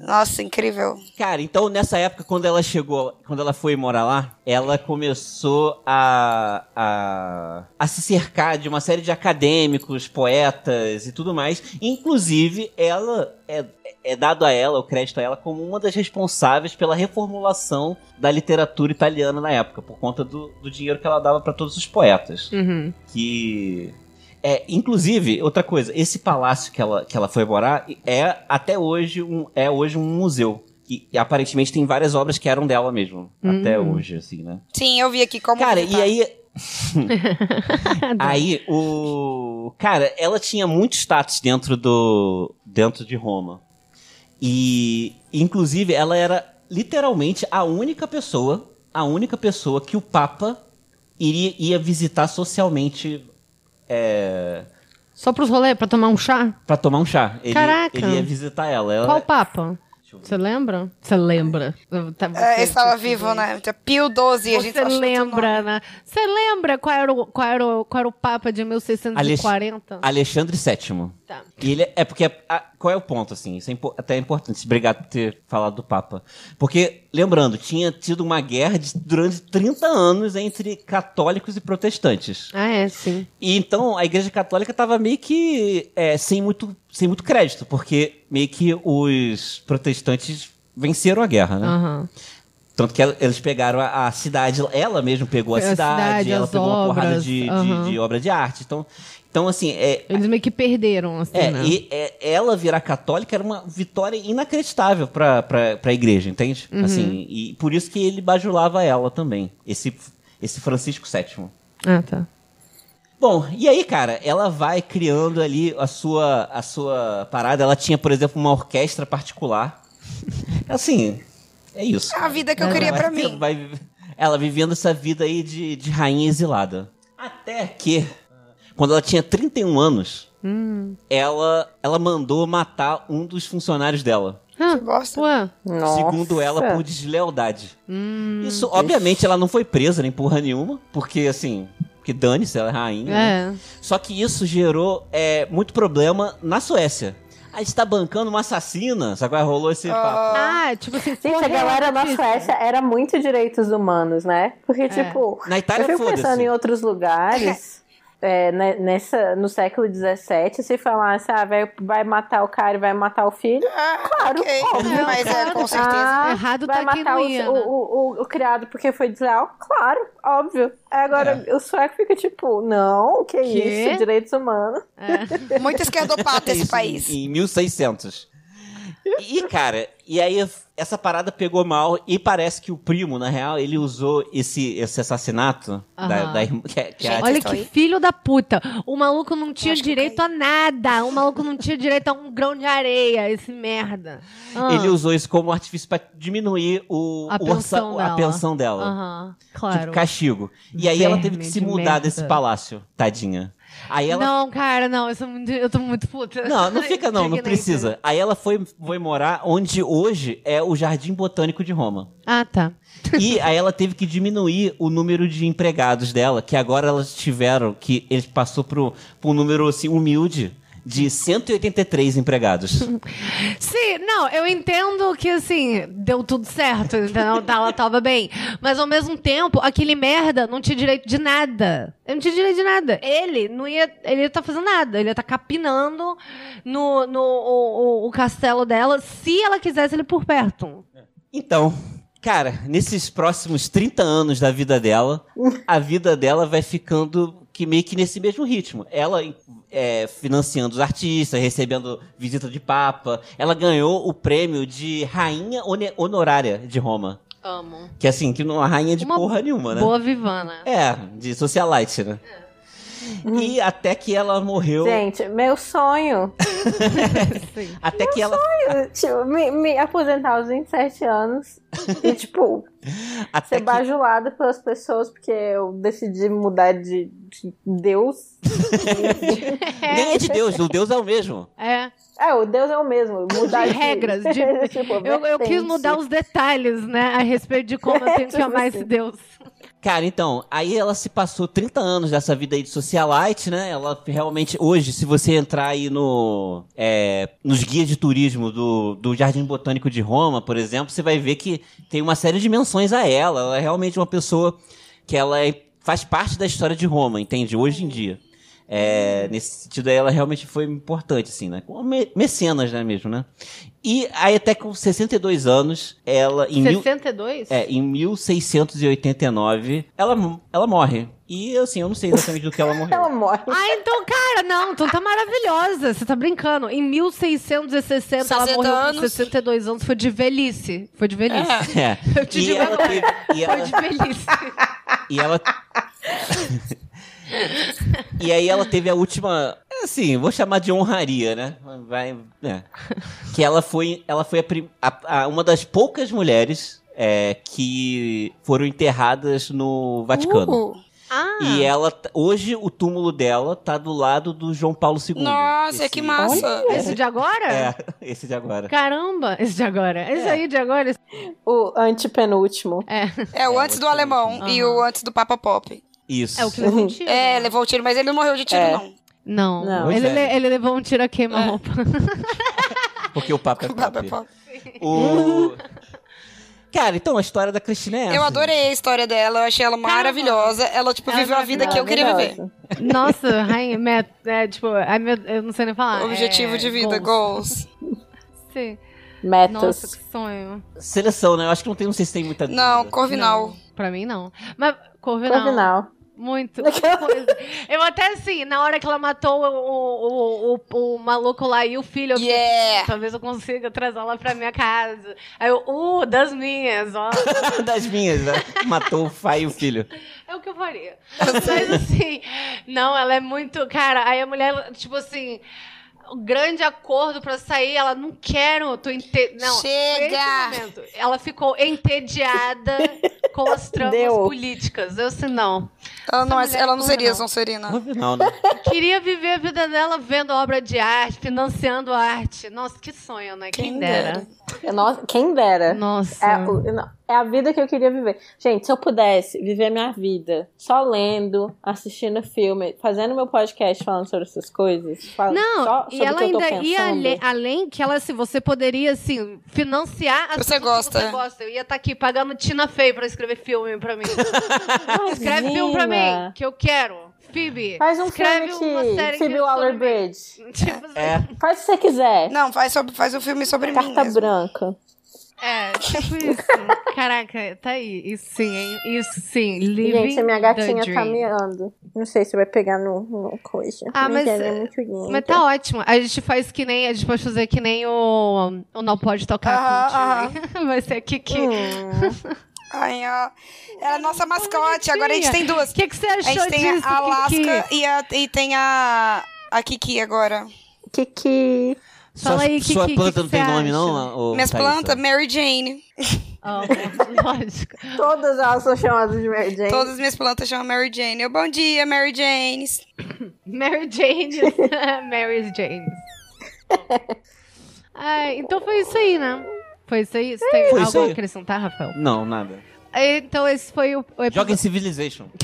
S8: Nossa, incrível.
S9: Cara, então nessa época, quando ela chegou, quando ela foi morar lá, ela começou a, a, a se cercar de uma série de acadêmicos, poetas e tudo mais. Inclusive, ela é, é dado a ela, o crédito a ela, como uma das responsáveis pela reformulação da literatura italiana na época, por conta do, do dinheiro que ela dava para todos os poetas.
S6: Uhum.
S9: que é, inclusive, outra coisa, esse palácio que ela, que ela foi morar é até hoje um, é hoje um museu. Que aparentemente tem várias obras que eram dela mesmo.
S6: Hum.
S9: Até hoje, assim, né?
S8: Sim, eu vi aqui como. tá
S9: Cara, e
S8: visitar.
S9: aí. aí, o. Cara, ela tinha muito status dentro do. dentro de Roma. E, inclusive, ela era literalmente a única pessoa, a única pessoa que o Papa iria, ia visitar socialmente é,
S6: Só pros rolês, pra tomar um chá?
S9: para tomar um chá. Ele,
S6: Caraca.
S9: ele ia visitar ela. ela
S6: Qual o papo? Você lembra? Você lembra? Tá,
S8: É,
S6: você-
S8: ele estava
S6: você-
S8: vivo, né? Pio 12, a gente
S6: Você
S8: achou outro
S6: lembra,
S8: nome.
S6: né? Você lembra qual era, o, qual, era o, qual era o Papa de 1640?
S9: Alexandre VII.
S6: Tá.
S9: E ele é, é porque a- qual é o ponto assim? Isso é impo- até é importante. Obrigado por ter falado do Papa. Porque lembrando, tinha tido uma guerra de- durante 30 anos entre católicos e protestantes.
S6: Ah, é, sim.
S9: E então a Igreja Católica estava meio que é, sem muito sem muito crédito, porque meio que os protestantes venceram a guerra, né?
S6: Aham.
S9: Tanto que ela- eles pegaram a, a cidade, ela mesma pegou a,
S6: Pegou a
S9: cidade,
S6: cidade,
S9: ela
S6: as
S9: pegou uma porrada
S6: obras,
S9: de, de-
S6: aham.
S9: de obra de arte. Então, então assim, é,
S6: Eles meio que perderam, assim,
S9: é,
S6: né?
S9: e é, ela virar católica era uma vitória inacreditável pra, pra, pra igreja, entende? Assim, e por isso que ele bajulava ela também, esse, esse Francisco VII.
S6: Ah, tá.
S9: Bom, e aí, cara, ela vai criando ali a sua, a sua parada. Ela tinha, por exemplo, uma orquestra particular. Assim, é isso.
S8: É a vida que eu
S9: Ela
S8: queria
S9: vai
S8: pra
S9: vi-
S8: mim.
S9: vai vi- ela vivendo essa vida aí de, de rainha exilada. Até que, quando ela tinha 31 anos,
S6: Hum.
S9: ela, ela mandou matar um dos funcionários dela.
S6: Ah, ué.
S9: Segundo ela, por deslealdade. Isso, obviamente, ela não foi presa nem porra nenhuma, porque assim, que dane-se, ela é rainha. né?
S6: É.
S9: Só que isso gerou é, muito problema na Suécia. A gente tá bancando uma assassina, sabe qual é? rolou esse papo?
S6: Ah, tipo assim,
S7: Gente, a galera na
S6: corretíssimo.
S7: Suécia era muito direitos humanos, né? Porque,
S8: É.
S7: tipo,
S9: Na Itália,
S7: eu fico
S9: Tá, foda-se.
S7: pensando em outros lugares. é, ne- nessa, no século XVII, se falasse, ah, vai, vai matar o cara e vai matar o filho,
S8: É,
S7: claro,
S8: ok.
S7: óbvio.
S8: Mas é, com certeza.
S6: Errado
S7: vai
S6: tá quem
S7: matar
S6: não
S7: o-
S6: ia,
S7: o,
S6: né?
S7: o- o- o criado porque foi desleal, claro, óbvio. Aí Agora,
S9: É.
S7: o sueco fica tipo, não, que, isso, direitos humanos.
S8: Muito esquerdopata esse
S9: Isso
S8: país.
S9: Em, em 1600. E, cara, e aí essa parada pegou mal e parece que o primo, na real, ele usou esse, esse assassinato da,
S6: Aham.
S9: da irmã. Que, é- que é a-
S6: Olha que filho da puta. O maluco não tinha direito a nada. O maluco não tinha direito a um grão de areia, esse merda. Ah,
S9: Ele usou isso como artifício pra diminuir o,
S6: a
S9: o orça-
S6: pensão dela.
S9: a pensão dela.
S6: Aham, claro.
S9: Tipo, castigo. E aí ela teve que
S6: Verme
S9: se
S6: de
S9: mudar
S6: merda.
S9: desse palácio, tadinha. Aí ela.
S6: Não, cara, não. Eu, sou muito, eu tô muito puta.
S9: Não, não fica não, não
S6: Indignante.
S9: precisa. Aí ela foi, foi morar onde hoje é o Jardim Botânico de Roma.
S6: Ah, tá.
S9: E aí ela teve que diminuir o número de empregados dela, que agora elas tiveram, que eles passou pro, pro um número assim, humilde de 183 empregados.
S6: Sim, não, eu entendo que assim, deu tudo certo, entendeu? Tá, Ela tava bem. Mas ao mesmo tempo, aquele merda não tinha direito de nada. Ele não tinha direito de nada. Ele não ia. Ele ia tá fazendo nada. Ele ia tá capinando no, no o, o- o castelo dela, se ela quisesse ele por perto.
S9: Então, cara, nesses próximos 30 anos da vida dela, a vida dela vai ficando que meio que nesse mesmo ritmo. Ela é, financiando os artistas, recebendo visita de papa. Ela ganhou o prêmio de rainha one- honorária de Roma.
S6: Amo.
S9: Que assim, que não é uma rainha de
S6: Uma
S9: porra nenhuma, né?
S6: Boa Vivana.
S9: É, de socialite, né? E até que ela morreu.
S7: Gente, meu sonho
S9: até que ela.
S7: Eu, tipo, me, me aposentar aos 27 anos e, tipo,
S9: Até
S6: É
S7: ser
S9: que-
S7: bajulada pelas pessoas porque eu decidi mudar de, de Deus.
S9: Nem é de Deus, o Deus é o mesmo.
S6: É.
S7: É, o Deus é o mesmo. Mudar
S6: de
S7: de,
S6: regras. De,
S7: tipo,
S6: eu, eu quis
S7: vertente.
S6: mudar os detalhes, né? A respeito de como eu tenho que
S7: Tipo
S6: amar
S7: assim.
S6: esse Deus.
S9: Cara, então, aí ela se passou 30 anos dessa vida aí de socialite, né? Ela realmente, hoje, se você entrar aí no, é, nos guias de turismo do, do Jardim Botânico de Roma, por exemplo, você vai ver que tem uma série de menções a ela. Ela é realmente uma pessoa que ela é- faz parte da história de Roma, entende? Hoje em dia. É, nesse sentido aí, ela realmente foi importante, assim, né? Como me- mecenas, né, mesmo, né? E aí, até com 62 anos, ela... Em mil-
S6: 62?
S9: é, em 1689, ela, ela morre. E assim, eu não sei exatamente do que ela morreu.
S7: Ela morre.
S6: Ah, então, cara, não, tu tá maravilhosa. Você tá brincando. Em 1660, ela
S8: 60
S6: morreu com
S8: anos.
S6: 62 anos. Foi de velhice. Foi de velhice.
S9: É.
S6: Eu te
S9: e,
S6: digo
S9: ela
S6: agora.
S9: teve, e,
S6: Foi
S9: ela,
S6: de velhice.
S9: e ela. e aí ela teve a última. Assim, vou chamar de honraria, né? Vai, né? Que ela foi, ela foi a, prim- a- a- uma das poucas mulheres é, que foram enterradas no Vaticano.
S6: Ah,
S9: E ela, t- hoje, o túmulo dela tá do lado do João Paulo II.
S8: Nossa,
S9: Esse-
S8: que massa.
S6: esse de agora?
S9: É, esse de agora.
S6: Caramba, esse de agora. Esse
S9: É.
S6: aí de agora. esse-
S7: O antepenúltimo.
S6: É,
S8: É o antes do alemão e o antes do Papa Pop.
S9: Isso.
S6: é o que levou um tiro.
S8: É, levou o tiro, mas ele não morreu de tiro,
S7: É.
S8: não.
S6: Não,
S7: Não.
S9: Pois
S6: Ele,
S9: é.
S6: le- ele levou um tiro a queima-roupa.
S9: Porque o papo é
S8: O Papa
S9: pop.
S8: Pop.
S9: O... Cara, então a história da Cristina é essa.
S8: Eu adorei a história dela, eu achei ela maravilhosa. Ela, tipo,
S6: Ela é
S8: viveu a vida que eu queria viver.
S7: Maravilhosa.
S6: Nossa, rainha, met- é, tipo, ai, meu- eu não sei nem falar.
S8: Objetivo
S6: É,
S8: de vida, goals.
S6: Sim. Nossa,
S7: Metas.
S6: que sonho.
S9: Seleção, né? Eu acho que não, tem, não sei se tem muita dúvida.
S8: Não, Corvinal.
S6: Não, pra mim, não. Mas, Corvinal.
S7: Corvinal.
S6: Muito. coisa. Eu até assim, na hora que ela matou o, o, o, o maluco lá e o filho, eu fiquei,
S8: Yeah.
S6: talvez eu consiga trazê-la pra minha casa. Aí eu, uh, das minhas, ó.
S9: das minhas, né? Matou o pai e o filho.
S6: É o que eu faria. Mas assim, não, ela é muito. Cara, aí a mulher, tipo assim. O grande acordo pra sair, ela não quero, tô inte... não,
S11: Chega!
S6: nesse momento, ela ficou entediada com as tramas
S11: Deu.
S6: políticas. Eu assim, não.
S8: Ela não, é-
S6: mulher
S8: ela não
S6: curte,
S8: seria
S6: não.
S8: Sonserina.
S9: Não, né?
S6: Queria viver a vida dela vendo obra de arte, financiando arte. Nossa, que sonho, né? Quem, dera.
S7: Eu- Nossa, quem dera.
S6: Nossa.
S7: É, o- não, é a vida que eu queria viver. Gente, se eu pudesse viver minha vida só lendo, assistindo filme, fazendo meu podcast falando sobre essas coisas. fal-
S6: Não,
S7: Ah, só sobre
S6: e ela
S7: o que eu tô
S6: ainda ia
S7: pensando.
S6: ale- além que ela, se você poderia, assim, financiar as
S8: Você
S6: coisas que
S8: gosta,
S6: você
S8: é.
S6: gosta. Eu ia estar aqui pagando Tina Fey pra escrever filme pra mim. Escreve filme pra mim, que eu quero. Phoebe,
S7: Faz um
S6: escreve
S7: filme
S6: uma série
S7: que
S6: que é
S7: Phoebe Waller-Bridge.
S9: É.
S7: Faz o que você quiser.
S8: Não, faz, sobre- faz um filme sobre mim
S7: Carta
S8: mesmo.
S7: branca.
S6: É, tipo isso. Caraca, tá aí. Isso sim, hein? Isso sim. Living
S7: Gente, a minha gatinha
S6: the
S7: tá
S6: dream.
S7: miando. Não sei se vai pegar no, no coisa.
S6: Ah, mas,
S7: ela é muito linda.
S6: Mas tá ótimo. A gente faz que nem. A gente pode fazer que nem o. O Não Pode Tocar Contigo. Vai ser aqui que.
S7: Hum.
S8: Ai, ó. Ela é a nossa mascote. Agora a gente tem duas. O
S6: que, você achou
S8: A gente tem
S6: disso,
S8: a Alaska
S6: Kiki?
S8: e, a- e tem a, a Kiki agora.
S7: Kiki.
S9: Sua- Sua planta não tem nome, não? ô,
S8: Minhas
S9: Thaís?
S8: plantas, Mary Jane.
S6: lógico.
S7: Todas elas são chamadas de Mary Jane.
S8: Todas as minhas plantas chamam Mary Jane. Eu, bom dia, Mary Janes.
S6: Mary Jane. Mary Jane. Ai, então foi isso aí, né? Foi isso aí? Você tem
S9: Foi isso
S6: algo
S9: aí.
S6: a acrescentar, Rafael?
S9: Não, nada.
S6: Então esse foi o, o
S9: Joga em
S6: episódio.
S9: Civilization.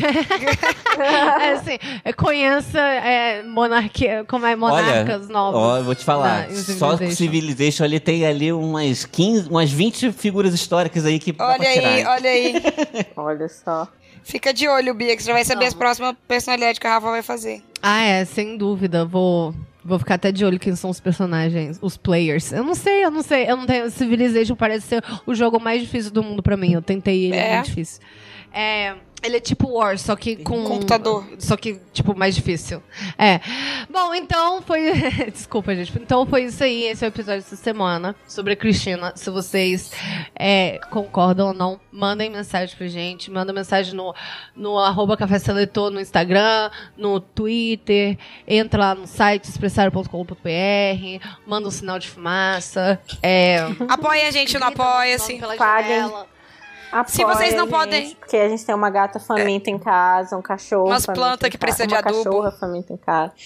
S6: É assim, é, conheça é, monarquia, como é, monarcas
S9: Olha,
S6: novas.
S9: Ó, eu vou te falar.
S6: da- em
S9: só com
S6: Civilization.
S9: Civilization ali tem ali umas 15, umas 20 figuras históricas aí que dá pra
S8: Olha aí,
S9: tirar.
S8: olha aí.
S7: Olha só.
S8: Fica de olho, Bia, que você vai saber as próximas personalidades que a Rafa vai fazer.
S6: Ah, é, sem dúvida. Vou, vou ficar até de olho quem são os personagens, os players. Eu não sei, eu não sei. Eu não tenho. Civilization parece ser o jogo mais difícil do mundo pra mim. Eu tentei ele, é,
S8: É?
S6: muito difícil. É, ele é tipo War, só que com.
S8: Uhum. computador.
S6: Só que, tipo, mais difícil. É. Bom, então foi. Desculpa, gente. Então foi isso aí. Esse é o episódio dessa semana sobre a Cristina. Se vocês é, concordam ou não, mandem mensagem pra gente. Manda mensagem no, no arroba Café Seletor no Instagram, no Twitter. Entra lá no site expressaram.com.br. Manda um sinal de fumaça. É,
S8: Apoia a gente no
S6: um
S8: Apoia-se.
S7: Paguem.
S8: Se vocês não
S7: Apoia,
S8: podem- É.
S7: gente, Porque a gente tem uma gata faminta em casa, um cachorro.
S8: Umas
S7: faminto
S8: planta
S7: em
S8: que
S7: ca-
S8: precisa de
S7: uma
S8: adubo.
S7: cachorra faminta em casa.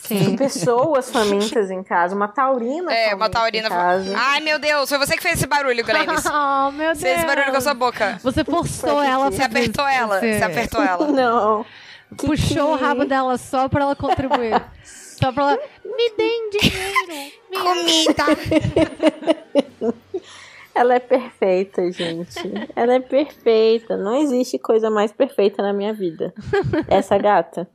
S6: Sim.
S7: Pessoas famintas em casa, uma taurina
S8: É, uma
S7: faminta
S8: taurina. Ah,
S7: em casa.
S8: Ai, meu Deus, foi você que fez esse barulho, Glennis.
S6: Oh, meu
S8: Você fez esse barulho com a sua boca.
S6: Você forçou ela a
S8: Você
S6: fazer
S8: apertou
S6: isso.
S8: ela, você apertou ela.
S7: Não.
S6: Puxou o rabo dela só pra ela contribuir. só pra ela. Me deem dinheiro! Me
S8: Comida!
S7: Ela é perfeita, gente. Ela é perfeita. Não existe coisa mais perfeita na minha vida. Essa gata.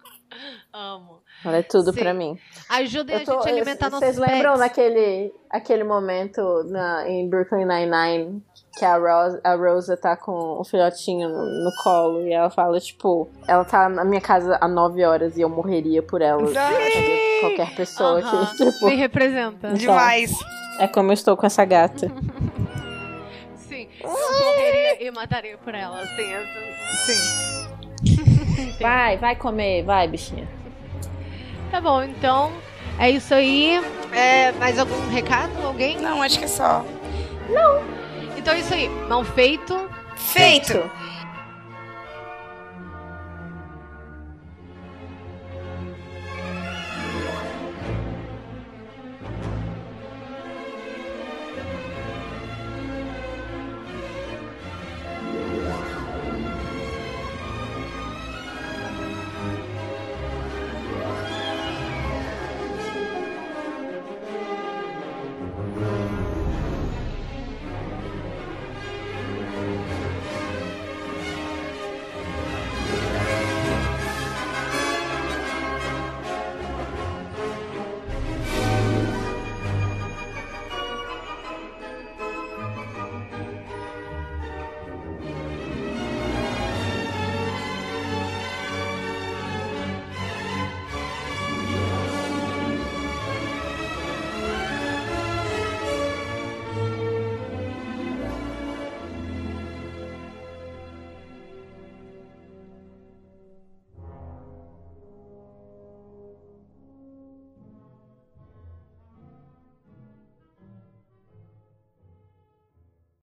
S6: Amo.
S7: Ela é tudo
S6: Sim.
S7: pra mim.
S6: Ajudem
S7: Eu tô-
S6: a gente a alimentar
S7: eu-
S6: nossos
S7: Vocês lembram né,
S6: pets.
S7: naquele aquele momento na- em Brooklyn Nine-Nine que a Rosa, a Rosa tá com o filhotinho no, no colo e ela fala, tipo, ela tá na minha casa há nove horas e eu morreria por ela. sabe? Qualquer pessoa
S6: Aham.
S7: que, tipo,
S6: Me representa.
S7: Então. Demais. é como eu estou com essa gata.
S6: Sim. Eu morreria e mataria por ela. Sim. eu- sim.
S7: Vai, vai comer, vai, bichinha.
S6: Tá bom, então. É isso aí. É, mais algum recado? Alguém?
S8: Não, acho que é só.
S6: Não. Então é isso aí. Mal feito.
S8: Feito!